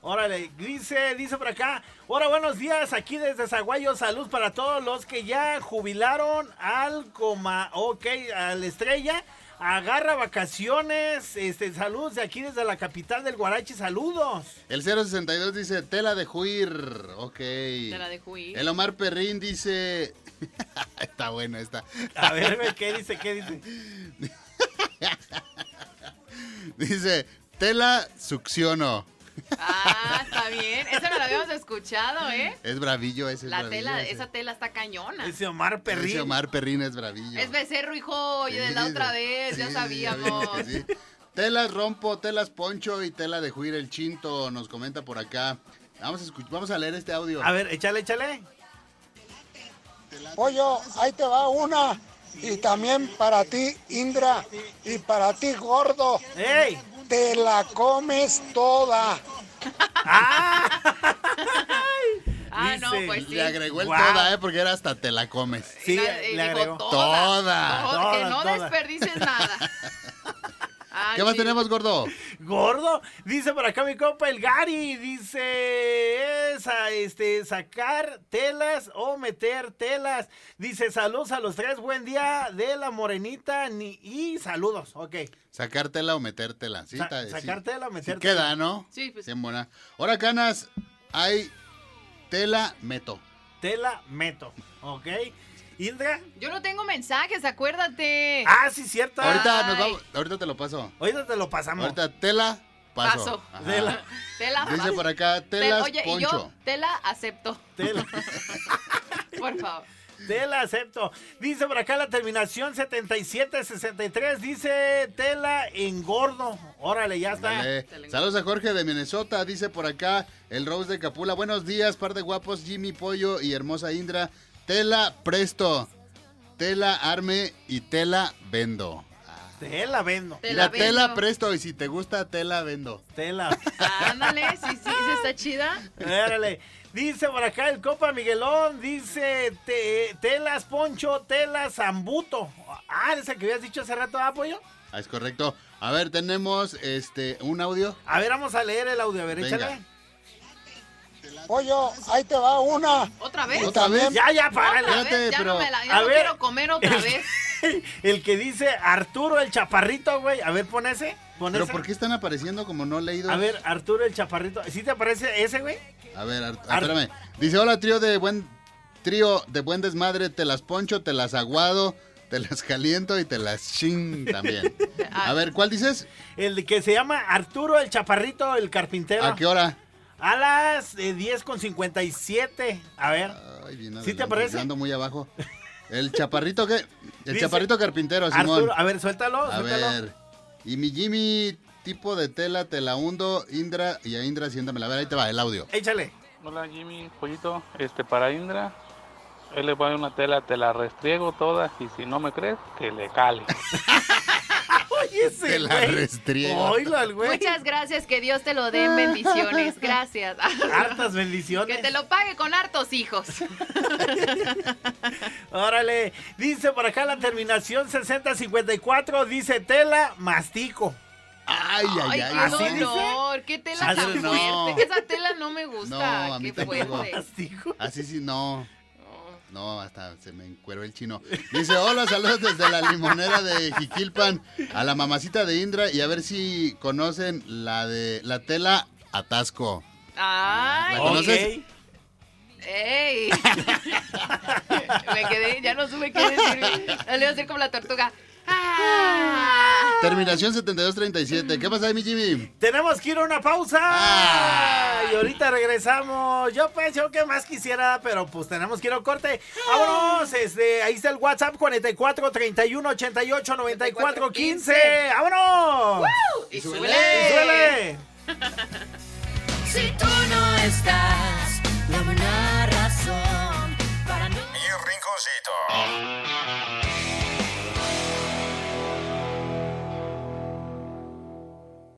[SPEAKER 3] Órale, dice, dice por acá. Hola, buenos días. Aquí desde Zaguayo, salud para todos los que ya jubilaron al coma, ok, a la estrella. Agarra vacaciones. Este, salud de aquí desde la capital del Guarachi, saludos.
[SPEAKER 5] El 062 dice tela de juir. Ok.
[SPEAKER 4] Te la dejo ir.
[SPEAKER 5] El Omar Perrín dice. está bueno, está.
[SPEAKER 3] A ver, ve, ¿qué dice? ¿Qué dice?
[SPEAKER 5] Dice, tela succiono.
[SPEAKER 4] Ah, está bien. Esa no la habíamos escuchado, ¿eh?
[SPEAKER 5] Es bravillo ese. es
[SPEAKER 4] La
[SPEAKER 5] bravillo
[SPEAKER 4] tela,
[SPEAKER 5] ese.
[SPEAKER 4] esa tela está cañona.
[SPEAKER 3] Ese Omar Perrín.
[SPEAKER 5] Ese Omar Perrín es bravillo.
[SPEAKER 4] Es becerro, hijo, y de la
[SPEAKER 5] Sí,
[SPEAKER 4] otra
[SPEAKER 5] de-
[SPEAKER 4] vez, ya
[SPEAKER 5] sí,
[SPEAKER 4] sabíamos.
[SPEAKER 5] ya viste que sí. Telas rompo, telas poncho y tela de juir el chinto, nos comenta por acá. Vamos a, escuch- vamos a leer este audio.
[SPEAKER 3] A ver, échale, échale.
[SPEAKER 14] Pollo, ahí te va una. Y también para ti, Indra. Y para ti, gordo. Te la comes toda.
[SPEAKER 4] Ah, no,
[SPEAKER 5] Dice,
[SPEAKER 4] pues sí.
[SPEAKER 5] Le agregó el
[SPEAKER 4] Guau.
[SPEAKER 5] toda, ¿eh? Porque era hasta te la comes.
[SPEAKER 4] Sí, Y la- y le dijo, agregó.
[SPEAKER 5] Toda.
[SPEAKER 4] "Toda, toda, que no
[SPEAKER 5] toda.
[SPEAKER 4] desperdices nada. Ay,
[SPEAKER 5] ¿Qué más tenemos, gordo?
[SPEAKER 3] Gordo, dice por acá mi compa el Gary, dice es a, este sacar telas o meter telas. Dice saludos a los tres, buen día de la morenita ni, y saludos, ok.
[SPEAKER 5] Sacártela o metértela. Sí,
[SPEAKER 3] Sa-
[SPEAKER 5] está- sí.
[SPEAKER 3] sacar tela o
[SPEAKER 5] Sí
[SPEAKER 3] meter tela.
[SPEAKER 5] queda, ¿no?
[SPEAKER 3] Sí, pues.
[SPEAKER 5] Bien buena. Ahora, canas, hay tela meto.
[SPEAKER 3] Tela meto, ok. Indra,
[SPEAKER 4] Yo no tengo mensajes, acuérdate.
[SPEAKER 3] ah, sí, cierto.
[SPEAKER 5] Ahorita, nos vamos- ahorita te lo paso.
[SPEAKER 3] Ahorita te lo pasamos.
[SPEAKER 5] Ahorita tela, paso.
[SPEAKER 4] Paso.
[SPEAKER 5] Ajá.
[SPEAKER 4] Tela. Tela.
[SPEAKER 5] Dice
[SPEAKER 4] vas.
[SPEAKER 5] por acá,
[SPEAKER 4] Tel-
[SPEAKER 5] telas
[SPEAKER 4] Oye, y
[SPEAKER 5] poncho.
[SPEAKER 4] yo tela acepto.
[SPEAKER 3] Tela.
[SPEAKER 4] Por favor.
[SPEAKER 3] Tela, acepto. Dice por acá la terminación 7763. Dice tela engordo. Órale, ya está.
[SPEAKER 4] Ah,
[SPEAKER 5] Ándale. Saludos a Jorge de Minnesota, dice por acá el Rose de Capula. Buenos días, par de guapos, Jimmy Pollo y hermosa Indra. Tela presto, tela arme y tela vendo.
[SPEAKER 3] Tela vendo.
[SPEAKER 5] Mira, tela presto y si te gusta, tela vendo.
[SPEAKER 3] Tela.
[SPEAKER 4] Ándale, sí, sí, sí, está chida.
[SPEAKER 3] Órale. Dice por acá el Copa Miguelón, dice te- telas poncho, telas zambuto. Ah, esa que habías dicho hace rato, ¿ah, pollo?
[SPEAKER 5] Ah, es correcto. A ver, tenemos este un audio.
[SPEAKER 3] A ver, vamos a leer el audio, a ver,
[SPEAKER 5] Venga.
[SPEAKER 3] échale.
[SPEAKER 14] Pollo, ahí te va una.
[SPEAKER 4] ¿Otra vez?
[SPEAKER 14] Y también-
[SPEAKER 3] Ya, ya, párale.
[SPEAKER 4] Otra vez, ya no me la ya
[SPEAKER 3] A
[SPEAKER 4] no
[SPEAKER 3] ver,
[SPEAKER 4] quiero comer otra vez.
[SPEAKER 3] el que dice Arturo el Chaparrito, güey. A ver, pon ese. Pon
[SPEAKER 5] Pero
[SPEAKER 3] ese.
[SPEAKER 5] ¿por qué están apareciendo como no leídos?
[SPEAKER 3] A ver, Arturo el Chaparrito. ¿Sí te parece ese, güey?
[SPEAKER 5] A ver, Ar- espérame. Dice, hola trío de buen trío de buen desmadre, te las poncho, te las aguado, te las caliento y te las ching también. A ver, ¿cuál dices?
[SPEAKER 3] El que se llama Arturo el Chaparrito, el carpintero.
[SPEAKER 5] ¿A qué hora?
[SPEAKER 3] A las eh, 10 con 57. A ver.
[SPEAKER 5] Ay, bien
[SPEAKER 3] ¿Sí te
[SPEAKER 5] adelante,
[SPEAKER 3] parece?
[SPEAKER 5] yo ando muy abajo. El chaparrito qué? El
[SPEAKER 3] Dice-
[SPEAKER 5] chaparrito carpintero, Simón.
[SPEAKER 3] Arturo, a ver, suéltalo,
[SPEAKER 5] A
[SPEAKER 3] suéltalo.
[SPEAKER 5] ver. Y mi Jimmy tipo de tela te la hundo, Indra y a Indra siéntamela. A ver, ahí te va el audio.
[SPEAKER 3] Échale.
[SPEAKER 15] Hola Jimmy, pollito, este para Indra. Él le pone una tela, te la restriego toda y si no me crees, que le cale.
[SPEAKER 3] Oye, ese
[SPEAKER 15] Te la
[SPEAKER 3] güey.
[SPEAKER 15] restriego.
[SPEAKER 3] Oílo al güey.
[SPEAKER 4] Muchas gracias, que Dios te lo dé en bendiciones. Gracias. Ah,
[SPEAKER 3] Hartas bendiciones.
[SPEAKER 4] Que te lo pague con hartos hijos.
[SPEAKER 3] Órale. Dice por acá la terminación 6054. Dice tela mastico.
[SPEAKER 5] Ay,
[SPEAKER 4] Ay, qué
[SPEAKER 3] Así dice.
[SPEAKER 4] dolor, qué tela
[SPEAKER 5] Así
[SPEAKER 4] tan
[SPEAKER 5] no.
[SPEAKER 4] fuerte. Esa tela no me gusta.
[SPEAKER 5] No, a mí
[SPEAKER 4] qué
[SPEAKER 5] tampoco.
[SPEAKER 4] fuerte.
[SPEAKER 5] Así Ah, sí, no. No, hasta se me encueró el chino. Dice, hola, saludos desde la limonera de Jiquilpan a la mamacita de Indra y a ver si conocen la de la tela atasco.
[SPEAKER 4] Ay,
[SPEAKER 5] ¿La conoces?
[SPEAKER 4] ¡Ey! me quedé, ya no supe qué decir. Le iba a hacer como la tortuga. ¡Ah!
[SPEAKER 5] Terminación 7237. ¿Qué pasa ahí, mi Jimmy?
[SPEAKER 3] Tenemos que ir a una pausa. Y ahorita regresamos. Yo pues, yo que más quisiera, pero pues tenemos que ir a un corte. Vámonos, este, ahí está el WhatsApp 44 31 88 94 15. ¡Vámonos!
[SPEAKER 8] Y
[SPEAKER 3] suele
[SPEAKER 8] súbele. Si tú no estás, dame una razón para no.
[SPEAKER 16] Y un rinconcito.